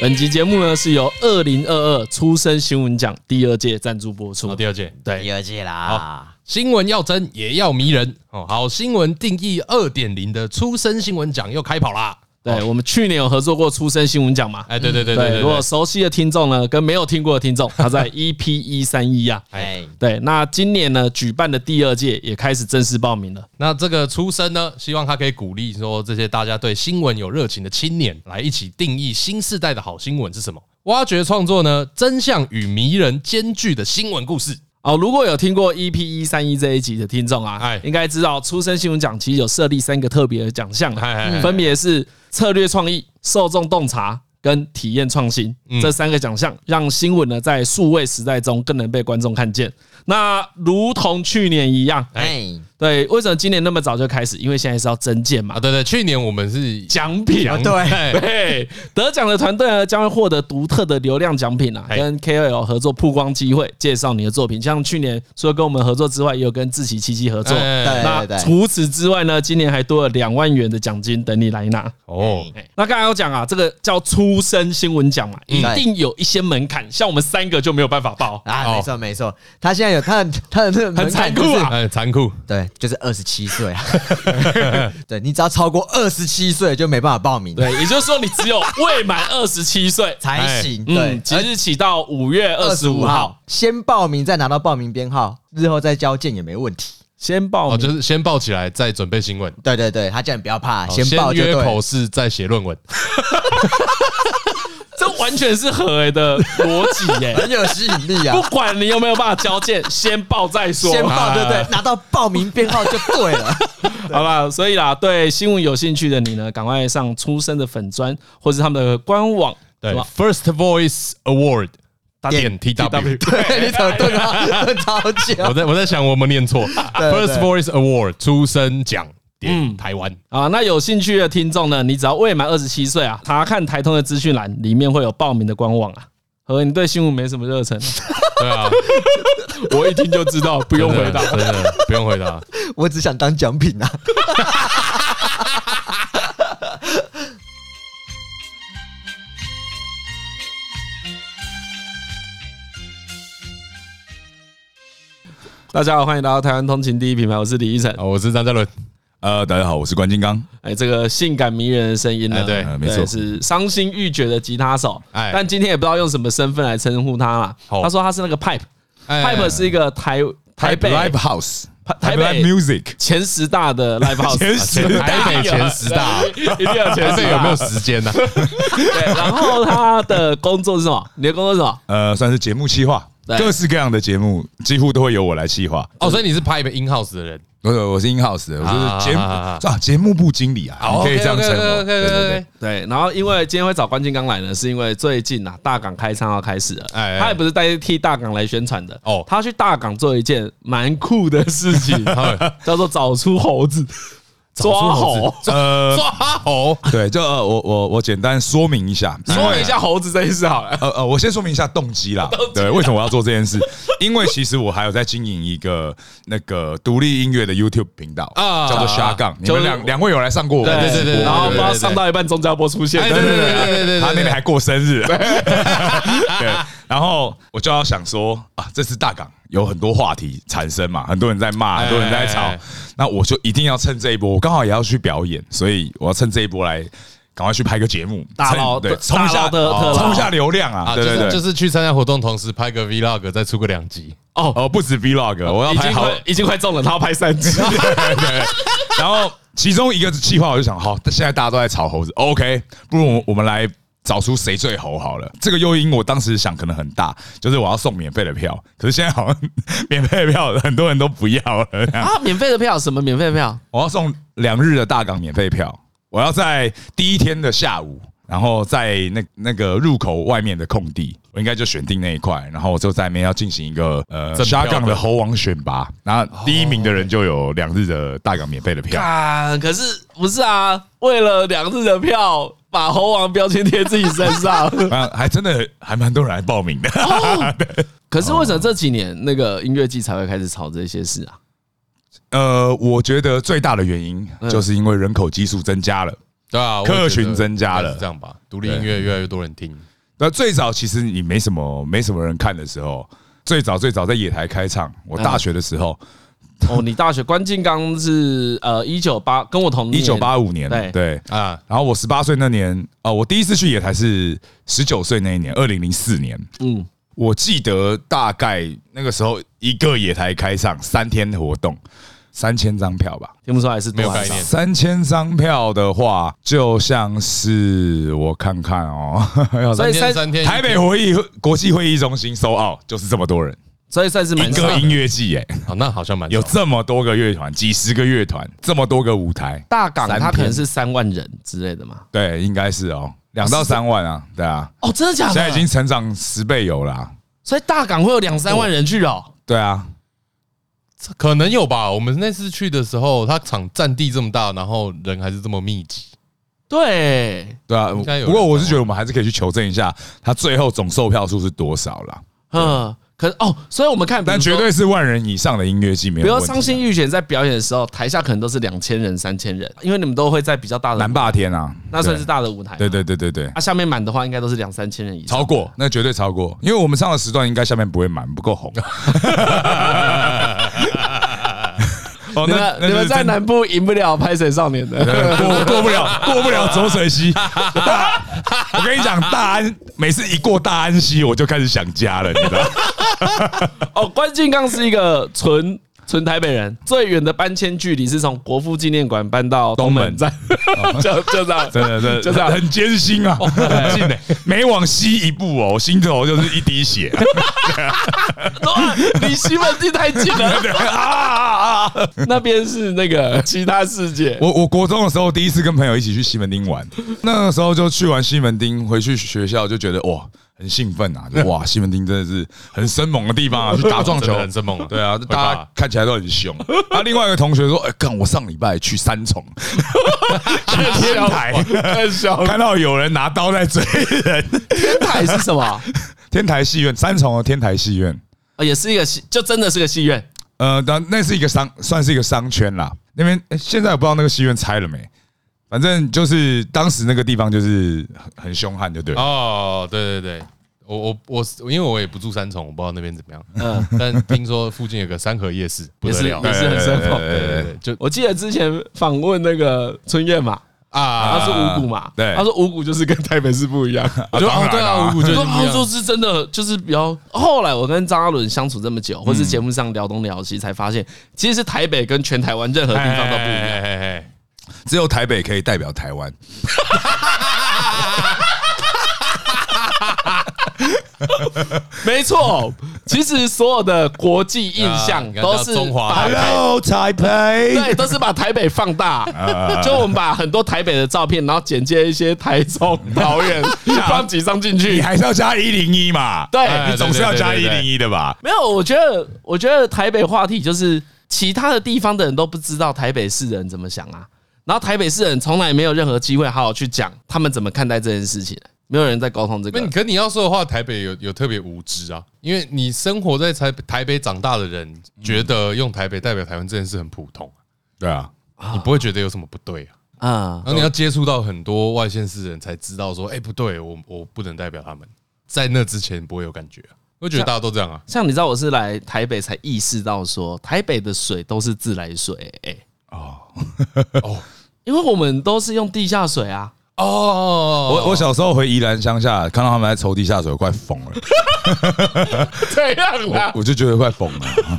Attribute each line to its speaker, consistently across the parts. Speaker 1: 本集节目呢是由二零二二出生新闻奖第二届赞助播出
Speaker 2: 好，。第二届
Speaker 1: 对
Speaker 3: 第，二季啦
Speaker 2: 好。新闻要真也要迷人哦。好，新闻定义二点零的出生新闻奖又开跑啦。
Speaker 1: 对我们去年有合作过出生新闻奖嘛？
Speaker 2: 哎，对对对对
Speaker 3: 嗯
Speaker 1: 对，
Speaker 2: 对
Speaker 1: 如果
Speaker 2: 对，
Speaker 1: 熟悉的听众呢，跟没有听过的听 众，他在 EP 一三一啊。
Speaker 3: 哎，
Speaker 1: 对，那今年呢举办的第二届也开始正式报名了。
Speaker 2: 那这个出生呢，希望他可以鼓励说这些大家对新闻有热情的青年，来一起定义新世代的好新闻是什么，挖掘创作呢真相与迷人兼具的新闻故事。
Speaker 1: 哦，如果有听过 EP 一三一这一集的听众啊
Speaker 2: 哎，
Speaker 1: 应该知道出生新闻奖其实有设立三个特别的奖项啊，
Speaker 2: 哎哎哎
Speaker 1: 分别是策略创意、受众洞察跟体验创新
Speaker 2: 嗯
Speaker 1: 这三个奖项，让新闻呢在数位时代中更能被观众看见。那如同去年一样，
Speaker 3: 哎，
Speaker 1: 对，为什么今年那么早就开始？因为现在是要增建嘛
Speaker 2: 啊，，对对，去年我们是
Speaker 1: 奖品啊
Speaker 2: 讲
Speaker 3: 对
Speaker 2: 哎
Speaker 1: 对，得奖的团队呢将会获得独特的流量奖品啊，
Speaker 2: 哎
Speaker 1: 跟 KOL 合作曝光机会，介绍你的作品。像去年除了跟我们合作之外，也有跟志奇七七合作。
Speaker 2: 哎
Speaker 3: 对
Speaker 1: 那除此之外呢，今年还多了两万元的奖金等你来拿。
Speaker 2: 哦，
Speaker 1: 那刚才有讲啊，这个叫出生新闻奖嘛，一
Speaker 3: 嗯
Speaker 1: 定有一些门槛，像我们三个就没有办法报。
Speaker 3: 啊，没错没错，他现在有他的 他的那个门
Speaker 1: 很残
Speaker 3: 槛就
Speaker 1: 酷
Speaker 3: 是
Speaker 1: 啊
Speaker 2: 哎，残酷，
Speaker 3: 对，就是二十七岁 啊，对你只要超过二十七岁就没办法报名，，
Speaker 1: 对，也就是说你只有未满二十七岁
Speaker 3: 才行，对
Speaker 1: 嗯，，即日起到五月二十五号，
Speaker 3: 先报名，再拿到报名编号，日后再交件也没问题。
Speaker 1: 先报
Speaker 2: 哦，
Speaker 1: 名。
Speaker 2: 就是先报起来，再准备新闻。
Speaker 3: 对对对，他叫你不要怕，
Speaker 2: 好
Speaker 3: 先报就
Speaker 2: 约
Speaker 3: 对
Speaker 2: 口。试，再写论文。
Speaker 1: 这完全是合诶的逻辑 耶。
Speaker 3: 很有吸引力啊
Speaker 1: 不！管你有没有办法交件，先报再说，
Speaker 3: 先报对不对
Speaker 1: 啊？
Speaker 3: 拿到报名编号就对 了。
Speaker 1: 好吧，所以啦，对新闻有兴趣的你呢，赶快上出生的粉砖或是他们的官网，
Speaker 2: 对
Speaker 1: 是吧
Speaker 2: ，First Voice Award 点
Speaker 1: 点
Speaker 2: T W。
Speaker 3: 对你怎么顿啊？顿超
Speaker 2: 我
Speaker 3: 久。
Speaker 2: 在我在想，我有没有念 错？First Voice Award 出生奖点
Speaker 1: 嗯
Speaker 2: 台湾。
Speaker 1: 啊，那有兴趣的听众呢，你只要未满二十七岁啊，查看台通的资讯栏，里面会有报名的官网啊。和你对新闻没什么热忱，
Speaker 2: 对 啊，
Speaker 1: 我一听就知 道，不
Speaker 2: 不
Speaker 1: 用回答。
Speaker 2: 真的不用回答。
Speaker 3: 我只想当奖品啊！
Speaker 1: 大家好，欢迎来到台湾通勤第一品牌，我是李依晨。
Speaker 2: 好，啊我是张嘉伦。
Speaker 4: 呃，大家好，我是关金刚。
Speaker 1: 哎，这个性感迷人的声音呢，
Speaker 2: 哎对
Speaker 4: 呃没错
Speaker 1: 是伤心欲绝的吉他手。
Speaker 2: 哎
Speaker 1: 但今天也不知道用什么身份来称呼他啦。
Speaker 2: 好
Speaker 1: 他说他是那个 Pipe，Pipe
Speaker 2: 哎
Speaker 1: 是一个台台北
Speaker 4: Live House，
Speaker 1: 台
Speaker 4: Live
Speaker 1: 北
Speaker 4: Music，
Speaker 1: 前十大的 Live House，
Speaker 4: 前十
Speaker 1: 啊
Speaker 2: 台北 前十大
Speaker 1: 一定有一定要前十
Speaker 2: 台
Speaker 1: 大
Speaker 2: 北有没有时间啊呢？
Speaker 1: 对，然后他的工作是什么？你的工作是什么？
Speaker 4: 呃，算是节目企划，
Speaker 1: 对
Speaker 4: 各式各样的节目几乎都会由我来企划。
Speaker 2: 哦，所以你是拍一个 in house 的人。
Speaker 4: 我我是 In House 的，我
Speaker 2: 啊
Speaker 4: 就是节目
Speaker 2: 啊
Speaker 4: 啊节目部经理啊，
Speaker 2: 哦
Speaker 4: 你可以这样称我。对对对，
Speaker 1: 对，然后因为今天会找关敬刚来呢，是因为最近啊，大港开仓要开始了，
Speaker 2: 哎哎
Speaker 1: 他也不是代替大港来宣传的
Speaker 2: 哦
Speaker 1: 哦，他去大港做一件蛮酷的事情，叫做找出猴子，抓猴，
Speaker 4: 呃，
Speaker 2: 抓猴。
Speaker 4: 对，就呃我我我简单说明一下，因
Speaker 1: 说
Speaker 4: 为
Speaker 1: 一下猴子这件事好了。
Speaker 4: 呃呃，我先说明一下 动机啦。对，为什么我要做这件事？因为其实我还有在经营一个那个独立音乐的 YouTube 频道
Speaker 2: 啊
Speaker 4: 啊，叫做虾杠。你
Speaker 1: 就是
Speaker 4: 们两两位有来上过我们
Speaker 2: 对对
Speaker 4: 直
Speaker 2: 对
Speaker 4: 播
Speaker 1: 然后不
Speaker 4: 对
Speaker 1: 知道上到一半，钟家波出现
Speaker 2: 哎，
Speaker 4: 对
Speaker 2: 对
Speaker 4: 对
Speaker 2: 对
Speaker 4: 对
Speaker 2: 对对
Speaker 4: 对
Speaker 2: 对
Speaker 4: 对，他那天还过生日，对，然后我就要想说啊，这次大港有很多话题产生嘛，很多人在骂，很多人在吵
Speaker 2: 哎哎哎，
Speaker 4: 那我就一定要趁这一波，我刚好也要去表演，所以我要趁这一波来赶快去拍个节目，
Speaker 1: 大
Speaker 4: 趁
Speaker 1: 捞
Speaker 4: 对，
Speaker 1: 大
Speaker 4: 冲一
Speaker 1: 捞
Speaker 4: 下
Speaker 1: 特特捞
Speaker 4: 冲一下流量啊，
Speaker 2: 啊，
Speaker 4: 对
Speaker 2: 就
Speaker 4: 对
Speaker 2: 是就
Speaker 4: 对。
Speaker 2: 是去参加活动，同时拍个 vlog，再出个两集。
Speaker 4: 哦，不止 vlog，我要
Speaker 1: 已
Speaker 4: 拍
Speaker 1: 经
Speaker 4: 好
Speaker 1: 快已经快中了，他要拍三 集，
Speaker 4: 然后其中一个计划，我就想，好，现在大家都在炒猴子，OK，不如我我们来找出谁最猴好了。这个诱因我当时想可能很大，就是我要送免费的票，可是现在好像 免费的票很多人都不要了。这样
Speaker 1: 啊！免费的票，什么免费的票？
Speaker 4: 我要送两日的大港免费票，我要在第一天的下午。然后在那那个入口外面的空地，我应该就选定那一块，然后我就在那边要进行一个呃
Speaker 2: 赠票
Speaker 4: 沙
Speaker 2: 的
Speaker 4: 港的猴王选拔，然后第一名的人就有两日的大港免费的 票。
Speaker 1: 啊，可是不是啊？为了两日的票，把猴王标签贴自己身 上。
Speaker 4: 啊，还真的还蛮多人来报名的。
Speaker 1: 可是为什么这几年那个音乐季才会开始炒这些事啊？
Speaker 4: 呃，我觉得最大的原因就是因为人口基数增加了。
Speaker 2: 对啊，我
Speaker 4: 客
Speaker 2: 也觉得
Speaker 4: 群增加
Speaker 2: 应该
Speaker 4: 了
Speaker 2: 是这样吧？独立音乐越来越多人听，
Speaker 4: 那最早其实你没什么没什么人看的时候，最早最早在野台开唱，我大学的时候，
Speaker 1: 哦，你大学关进刚是呃一九八，跟我同
Speaker 4: 一九八五年，
Speaker 1: 对
Speaker 4: 对。
Speaker 2: 啊，
Speaker 4: 然后我十八岁那年，啊，我第一次去野台是十九岁那一年，二零零四年。
Speaker 1: 嗯，
Speaker 4: 我记得大概那个时候一个野台开唱三天活动，三千张票吧。
Speaker 1: 听不出来是多
Speaker 2: 没有
Speaker 1: 还
Speaker 2: 概
Speaker 1: 是
Speaker 2: 念
Speaker 1: 少
Speaker 4: 三千张票的话，就像是我看看哦， 要
Speaker 1: 所以
Speaker 2: 三天
Speaker 1: 三
Speaker 2: 三天
Speaker 4: 台北会议国际会议中心收澳就是这么多人，
Speaker 1: 所以算是
Speaker 4: 一
Speaker 1: 蛮
Speaker 4: 个
Speaker 1: 少。
Speaker 4: 音乐季哎、
Speaker 2: 啊，那好像蛮
Speaker 4: 有
Speaker 2: 少的
Speaker 4: 这么多个乐团，几十个乐团，这么多个舞台，
Speaker 1: 大港
Speaker 4: 三
Speaker 1: 它可
Speaker 4: 天
Speaker 1: 能是三万人之类的嘛。
Speaker 4: 对，应该是哦，两到三万啊，对啊，
Speaker 1: 哦，真的假的？
Speaker 4: 现在已经成长十倍有啦、
Speaker 1: 所以大港会有两三万人去哦。
Speaker 4: 对啊，
Speaker 2: 可能有吧。我们那次去的时候，它场占地这么大，然后人还是这么密集，
Speaker 1: 对，
Speaker 4: 对啊
Speaker 2: 应该有。
Speaker 4: 不过
Speaker 2: 人
Speaker 4: 我
Speaker 2: 在
Speaker 4: 是觉得我们还是可以去求证一下，他最后总售票数是多少啦。
Speaker 1: 嗯，可哦，所以我们看，
Speaker 4: 但
Speaker 1: 比
Speaker 4: 绝
Speaker 1: 如说
Speaker 4: 对是万人以上的音乐季，没
Speaker 1: 比
Speaker 4: 有
Speaker 1: 如
Speaker 4: 问
Speaker 1: 说
Speaker 4: 题啊。
Speaker 1: 伤心欲选在表演的时候，台下可能都是两千人、三千人，因为你们都会在比较大的
Speaker 4: 南，霸天啊，
Speaker 1: 那算
Speaker 4: 对
Speaker 1: 是大的舞台嘛。
Speaker 4: 对对对对对
Speaker 1: 啊，，下面满的话应该都是两三千人以上。
Speaker 4: 超过，那绝对超过，因为我们上的时段应该下面不会满，不 够红。哦
Speaker 1: 你们你们在南部赢不了拍水少年的。
Speaker 4: 对过过不了，过不了浊水溪。大我跟你讲，大安每次一过大安溪，我就开始想家了，你知道吗？
Speaker 1: 哦，关敬刚是一个纯纯台北人，最远的搬迁距离是从国父纪念馆搬到东门站， 就就这样，
Speaker 4: 真的，真的
Speaker 1: 就这样
Speaker 4: 很艰辛啊，很近欸 每往西一步哦，我心头就是一滴血。 啊
Speaker 1: 哇离西门町太近 了。
Speaker 4: 啊
Speaker 1: 那边是那个其他世界，
Speaker 4: 我我国中的时候，第一次跟朋友一起去西门町 玩，那个时候就去完西门町，回去学校就觉得哇，很兴奋啊！ 就哇，西门町真的是很生猛的地方 啊，去打撞
Speaker 2: 真
Speaker 4: 球
Speaker 2: 的很生猛啊
Speaker 4: 对啊，大
Speaker 2: 会
Speaker 4: 家
Speaker 2: 怕
Speaker 4: 看起来都很凶。啊，另外一个同学说：“ 哎，看我上礼拜去三 重，去天台，
Speaker 1: 更 小。
Speaker 4: 看到有人拿刀在追人。
Speaker 1: 天台是什么？啊
Speaker 4: 天台戏院，三重的天台戏院，
Speaker 1: 哦也是一个戏，就真的是个戏院。
Speaker 4: 呃，当那是一个商，算是一个商圈啦。那边、诶现在我不知道那个戏院拆了没，反正就是当时那个地方就是很很凶悍，就对了。
Speaker 2: 哦，对对对，我我我，因为我也不住三重，我不知道那边怎么样。
Speaker 1: 嗯，
Speaker 2: 但听说附近有个三河夜市，不
Speaker 1: 也
Speaker 2: 得
Speaker 1: 是
Speaker 2: 了
Speaker 1: 也。是很
Speaker 4: 哎
Speaker 1: 生猛。
Speaker 2: 对对对，就
Speaker 1: 我记得之前访问那个春燕嘛，他
Speaker 2: 啊，
Speaker 1: 是五谷嘛，
Speaker 4: 对
Speaker 1: 他说五谷就是跟台北市不一样。
Speaker 2: 我就
Speaker 4: 当
Speaker 2: 哦
Speaker 4: 然
Speaker 2: 对
Speaker 4: 啦
Speaker 2: 啊，五谷
Speaker 1: 我
Speaker 2: 就是
Speaker 1: 说
Speaker 2: 不一
Speaker 1: 杭州
Speaker 2: 样
Speaker 1: 是真的就是比较。后来我跟张阿伦相处这么久，或是节目上聊东聊西，才发现其实台北跟全台湾
Speaker 2: 啊
Speaker 1: 任何地方都不一样。
Speaker 2: 哎哎哎哎
Speaker 4: 只有台北可以代表台湾。
Speaker 1: 没错，其实所有的国际印象都是
Speaker 2: 啊中华
Speaker 1: 把
Speaker 2: 台北
Speaker 4: Hello，台北
Speaker 1: 哎对，都是把台北放大，就我们把很多台北的照片，然后剪接一些台中、桃 园，放几张进
Speaker 4: 你
Speaker 1: 去。
Speaker 4: 还是要加一零一嘛？哎
Speaker 1: 对
Speaker 4: 你总是要加
Speaker 2: 对
Speaker 4: 一
Speaker 2: 对对
Speaker 4: 零一的吧？
Speaker 1: 没有，我觉得，我觉得台北话题就是其他的地方的人都不知道台北市的人怎么想啊，然后台北市人从来没有任何机会好好去讲他们怎么看待这件事情，没有人在沟通这
Speaker 2: 那
Speaker 1: 个
Speaker 2: 你。可你要说的话，台北有有特别无知啊，因为你生活在台台北长大的人，觉得用台北代表台湾这件事很普通啊，
Speaker 4: 对啊，
Speaker 2: 你不会觉得有什么不对啊。
Speaker 1: 啊
Speaker 2: 然，后你要接触到很多外县市人，才知道说，哎，不对，我我不能代表他们。在那之前不会有感觉啊，我觉得大家都这样啊。
Speaker 1: 像你知道我是来台北才意识到说，台北的水都是自来水、哎、
Speaker 2: 哦
Speaker 1: 因为我们都是用地下水啊。
Speaker 2: 哦，
Speaker 4: 我我小时候回宜兰乡下，看到他们在抽地下水，我快疯了，
Speaker 1: 这样啦，
Speaker 4: 我就觉得快疯了。
Speaker 1: 啊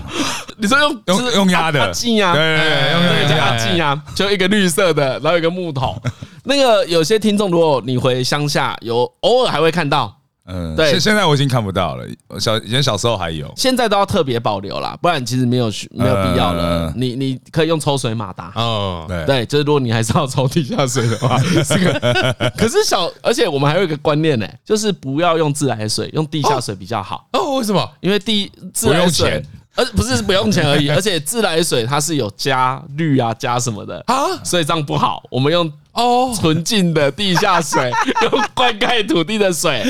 Speaker 1: 你说用
Speaker 4: 用
Speaker 1: 就是
Speaker 4: 用压的
Speaker 1: 阿阿进啊，
Speaker 4: 对对对用
Speaker 1: 对，
Speaker 4: 压
Speaker 1: 叫阿进啊，就一个绿色的，然后一个木头。那个有些听众，如果你回乡下，有偶尔还会看到，
Speaker 4: 嗯，
Speaker 1: 对
Speaker 4: 现现在我已经看不到了。我小以前小时候还有，
Speaker 1: 现在都要特别保留啦，不然其实没有需没有必要了
Speaker 4: 呃。哎
Speaker 1: 你你可以用抽水马达。
Speaker 2: 哦，
Speaker 4: 对
Speaker 1: 对，就是如果你还是要抽地下水 的话，是个。可是小，而且我们还有一个观念呢、就是不要用自来水，用地下水比较好。
Speaker 2: 哦，为什么？
Speaker 1: 因为地自来
Speaker 4: 不用
Speaker 1: 水
Speaker 4: 钱，
Speaker 1: 而不是不用钱而 已，而且自来水它是有加氯啊、加什么的
Speaker 2: 啊
Speaker 1: 所以这样不好。我们用
Speaker 2: 哦，
Speaker 1: 纯净的地下 水，用灌溉土地的水，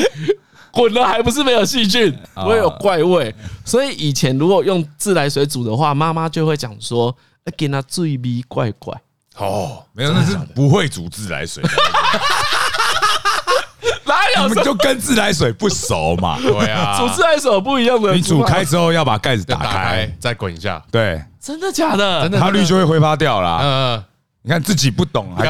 Speaker 1: 混了还不是没有细菌，不会有怪味。所以哎以前如果用自来水煮的话，妈妈就会讲说：“给它最逼怪怪。”
Speaker 4: 哦，没有，那是不会煮自来水的，
Speaker 1: 哪
Speaker 4: 你
Speaker 1: 有
Speaker 4: 们
Speaker 1: 什
Speaker 4: 就跟自来水不熟嘛。
Speaker 2: 对 啊，
Speaker 1: 煮自来水有不一样的？
Speaker 4: 你煮开，之后要把盖子
Speaker 2: 再
Speaker 4: 打开，
Speaker 2: 再滚一下，
Speaker 4: 对，
Speaker 1: 真的假的？
Speaker 2: 真的
Speaker 4: 它绿就会挥发掉啦。
Speaker 2: 呃，
Speaker 4: 你看自己不懂，还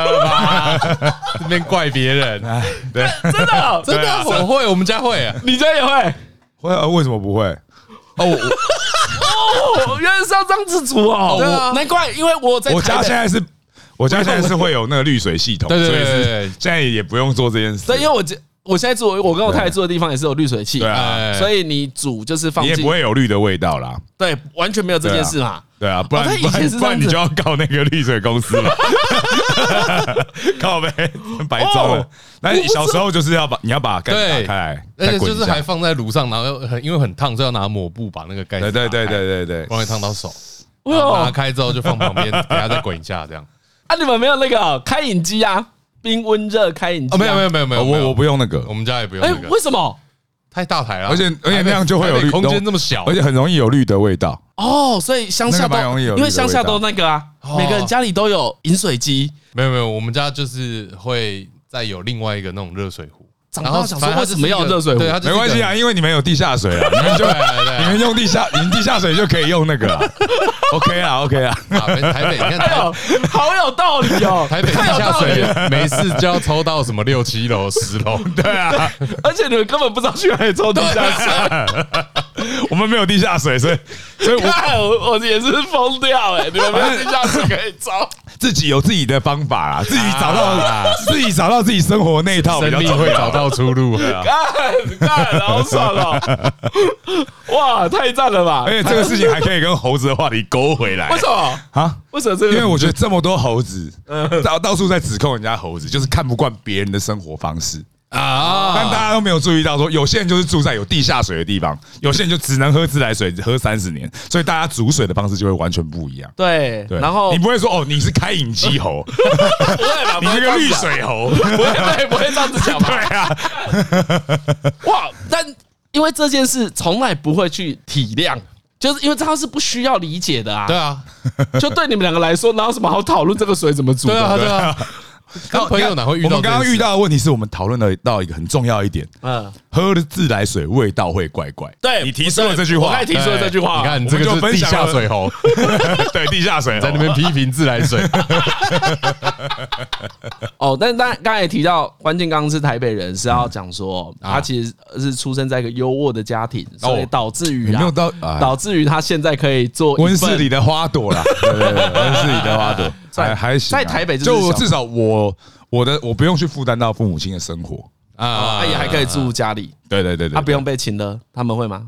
Speaker 2: 这边怪别人，啊
Speaker 4: 对，
Speaker 1: 真的哦，
Speaker 2: 真的我会，我们家会啊，
Speaker 1: 你家也会？
Speaker 4: 会啊？为什么不会？哦，我
Speaker 1: 哦，原来是要这样子煮哦，
Speaker 2: 对啊
Speaker 1: 我难怪，因为我在
Speaker 4: 我
Speaker 1: 台
Speaker 4: 家
Speaker 1: 北
Speaker 4: 现在是，我家现在是会有那个滤水系统，
Speaker 2: 对对对
Speaker 4: 所以
Speaker 2: 对
Speaker 4: 是
Speaker 2: 对对
Speaker 4: 现在也不用做这件事
Speaker 1: 对，，因为我家我现在住，我跟我太太住的地方也是有滤水器
Speaker 4: 对，啊，
Speaker 2: 哎
Speaker 1: 所以你煮就是放
Speaker 4: 你也
Speaker 1: 进
Speaker 4: 不，会有绿的味道啦。
Speaker 1: 对，完全没有这件事嘛。
Speaker 4: 对啊，不然
Speaker 1: 哦他以
Speaker 4: 不
Speaker 1: 前
Speaker 4: 然
Speaker 1: 是
Speaker 4: 不
Speaker 1: 这样
Speaker 4: 然
Speaker 1: 子
Speaker 4: 你就要告那个绿水公司了，靠呗，白糟了
Speaker 1: 哦。
Speaker 4: 那
Speaker 1: 我不知道
Speaker 4: 小时候就是要把你要把盖子
Speaker 2: 对
Speaker 4: 打开来，
Speaker 2: 而
Speaker 4: 再
Speaker 2: 且
Speaker 4: 滚
Speaker 2: 就
Speaker 4: 一
Speaker 2: 是还
Speaker 4: 下。
Speaker 2: 放在炉上，然后又很因为很烫，所以要拿抹布把那个盖
Speaker 4: 对
Speaker 2: 子
Speaker 4: 对对
Speaker 2: 打开，
Speaker 4: 对对
Speaker 2: 不
Speaker 4: 对，
Speaker 2: 然会烫到手。
Speaker 1: 哎
Speaker 2: 然
Speaker 1: 呦，
Speaker 2: 后拿
Speaker 1: 啊，
Speaker 2: 开之后就放旁边，给它再滚一下这样。
Speaker 1: 你们没有那个哦开饮机啊，冰温热开饮机
Speaker 2: 哦，
Speaker 1: 啊？
Speaker 2: 没有没有没有没有，
Speaker 4: 我我不用那个
Speaker 2: 我，们家也不用
Speaker 1: 哎
Speaker 2: 那，个，
Speaker 1: 为什么？
Speaker 2: 太大台了，
Speaker 4: 而且而且那样就会有
Speaker 2: 台北
Speaker 4: 绿
Speaker 2: 空间这么小，
Speaker 4: 而且很容易有绿的味道。
Speaker 1: 哦，所以乡下
Speaker 4: 那个蛮
Speaker 1: 都
Speaker 4: 容易有
Speaker 1: 因为乡下都那个啊，
Speaker 2: 哦
Speaker 1: 每个人家里都有饮水机。
Speaker 2: 没有没有，我们家就是会再有另外一个那种热水壶。
Speaker 1: 长
Speaker 2: 然
Speaker 1: 大
Speaker 2: 后
Speaker 1: 想
Speaker 2: 反
Speaker 1: 说
Speaker 2: 正
Speaker 1: 为
Speaker 2: 它就
Speaker 1: 什
Speaker 2: 是一个
Speaker 1: 么要有热水壶？
Speaker 2: 对，它就是
Speaker 4: 没
Speaker 2: 一个
Speaker 4: 关系啊，因为你们有地下水啊，你们就
Speaker 2: 对对对
Speaker 4: 你们用地下，你们地下水就可以用那个啊 OK 啊，OK 啊。
Speaker 2: 啊。台北台北，你看
Speaker 1: 哎
Speaker 2: 台
Speaker 1: 呦，好有道理 哦，
Speaker 2: 台北地
Speaker 1: 太有
Speaker 2: 下
Speaker 1: 道理了，
Speaker 2: 水没事就要抽到什么六七楼、十楼，
Speaker 4: 对啊，
Speaker 1: 而且你们根本不知道 去哪里抽地下水。
Speaker 4: 我们没有地下水，所以所以我
Speaker 1: 看哎我我也是疯掉哎、你 们没有地下水可以抽，
Speaker 4: 自己有自己的方法
Speaker 1: 啊
Speaker 4: 啦，自己 找到自己找到自己生活那一套比
Speaker 2: 生
Speaker 4: 较
Speaker 2: 命
Speaker 4: 重
Speaker 2: 会
Speaker 4: 要
Speaker 2: 找到出路。
Speaker 1: 看看哎好爽 哦、哇，太赞了吧！
Speaker 4: 而哎且这个事情还可以跟猴子的话题勾回来
Speaker 1: 为什么？嗯
Speaker 4: 啊？
Speaker 1: 为什么这个？
Speaker 4: 因为我觉得这么多猴子，到到处在指控人家猴子，就是看不惯别人的生活方式，但大
Speaker 2: 啊！
Speaker 4: 家都没有注意到说，有些人就是住在有地下水的地方，有些人就只能喝自来水，喝三十年，所以大家煮水的方式就会完全不一样。
Speaker 1: 对，
Speaker 4: 对，
Speaker 1: 然后
Speaker 4: 你不会说哦，你是开饮机 猴，
Speaker 1: 不会 吧？
Speaker 4: 你是个绿水猴，
Speaker 1: 不会对，不会这样子讲吧？
Speaker 4: 对啊，
Speaker 1: 哇！但因为这件事从来不会去体谅，就是因为他是不需要理解的啊。
Speaker 2: 对啊，
Speaker 1: 就对你们两个来说，哪有什么好讨论这个水怎么煮的？
Speaker 2: 对啊，对啊。跟朋友哪会遇
Speaker 4: 哦我
Speaker 2: 到这件事？啊哎
Speaker 4: 们刚刚遇到的问题是我们讨论了到一个很重要一点，
Speaker 1: 嗯，
Speaker 4: 喝的自来水味道会怪怪。
Speaker 1: 对
Speaker 4: 你提出了这句话，啊
Speaker 1: 我刚才提出了这句话
Speaker 2: 你看
Speaker 4: 我
Speaker 2: 这
Speaker 4: 们就
Speaker 2: 个是
Speaker 4: 分
Speaker 2: 地
Speaker 4: 享了
Speaker 2: 下水猴，
Speaker 4: 对地下水哦
Speaker 2: 在那边批评自来水。
Speaker 1: 哦，但但刚才也提到，关键刚刚是台北人是要讲说，
Speaker 4: 嗯啊
Speaker 1: 他其实是出生在一个优渥的家庭，所以导致于
Speaker 4: 也
Speaker 1: 啊
Speaker 4: 哦没有到啊
Speaker 1: 导致于他现在可以做一
Speaker 4: 温室
Speaker 1: 份
Speaker 4: 里的花朵啦，对对对，温室里的花朵，
Speaker 1: 在
Speaker 4: 还还行啊。
Speaker 1: 在台北就是
Speaker 4: 就我
Speaker 1: 小
Speaker 4: 至少我我的我不用去负担到父母亲的生活。
Speaker 1: 啊，
Speaker 2: 啊
Speaker 1: 也还可以住家里，
Speaker 4: 对对对对，
Speaker 1: 他啊不用被请了，他们会吗？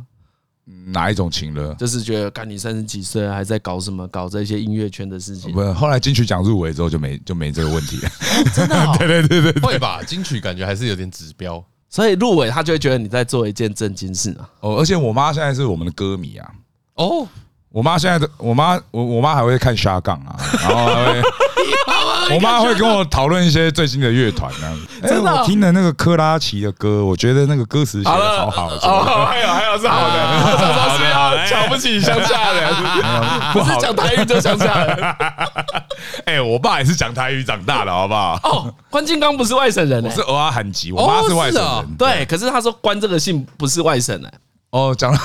Speaker 4: 哪一种情了？
Speaker 1: 就是觉得，干你三十几岁了还在搞什么，搞这些音乐圈的事情，
Speaker 4: 不，后来金曲奖入围之后就没就没这个问题了。
Speaker 1: 真的哦。
Speaker 4: 对对对对，对
Speaker 2: 会吧？金曲感觉还是有点指标。
Speaker 1: 所以入围他就会觉得你在做一件正经事啊。
Speaker 4: 哦，而且我妈现在是我们的歌迷啊，
Speaker 2: 哦，
Speaker 4: 我妈现在的我妈我我妈还会看沙杠 啊，然后还会我妈会跟我讨论一些最新的乐团啊。哎、
Speaker 1: 真的哦
Speaker 4: 我听了那个科拉奇的歌，我觉得那个歌词写的好好的，哎
Speaker 1: 哦，还有还有是好的， 我是要啊瞧不起乡下 人，不是讲台语就乡下人
Speaker 4: 哎、我爸也是讲台语长大的，好不好？
Speaker 1: 哦。关敬刚不是外省人、欸，
Speaker 4: 我是偶尔喊急，我妈是外省
Speaker 2: 是哦
Speaker 4: 人。
Speaker 1: 对，可是他说关这个姓不是外省哎，
Speaker 4: 哦， 讲了，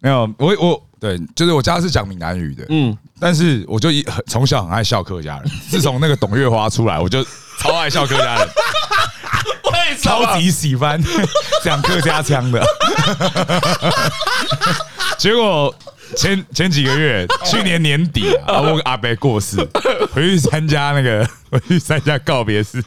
Speaker 4: 没有，我我啊对，就是我家是讲闽南语的，
Speaker 1: 嗯，
Speaker 4: 但是我就一很从小很爱笑客家人，自从那个董月花出来，我就超爱笑客家人，
Speaker 1: 为什
Speaker 4: 超
Speaker 1: 么？
Speaker 4: 级喜 欢讲客家腔 的。结果前前几个月，去年年底 啊，我阿伯过世，回去参加那个，回去参加告别 式。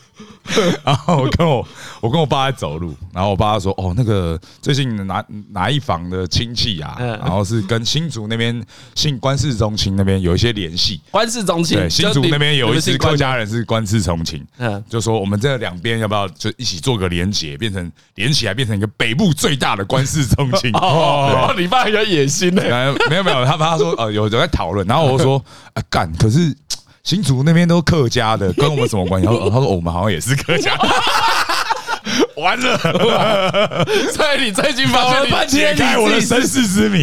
Speaker 4: 然后我跟我我跟我爸在走路，然后我爸说：“哦，那个最近哪哪一房的亲戚啊，
Speaker 1: 嗯
Speaker 4: 然后是跟新竹那边姓关氏宗亲那边有一些联系，
Speaker 1: 关氏中心
Speaker 4: 对，，新竹那边有一支客
Speaker 1: 关
Speaker 4: 家人是官司重庆，
Speaker 1: 嗯
Speaker 4: 嗯，就说我们这两边要不要就一起做个连结，变成连起来变成一个北部最大的官司重庆。
Speaker 1: 哦，你爸很有野心欸呢。
Speaker 4: 然后没有没有，他他说呃有有在讨论，然后我就说啊干，可是新竹那边都客家的，跟我们什么关系？他说、呃他说我们好像也是客 家的。完了，
Speaker 1: 所以你最近发
Speaker 4: 我
Speaker 1: 现
Speaker 4: 半
Speaker 1: 你
Speaker 4: 揭开我的身世之谜。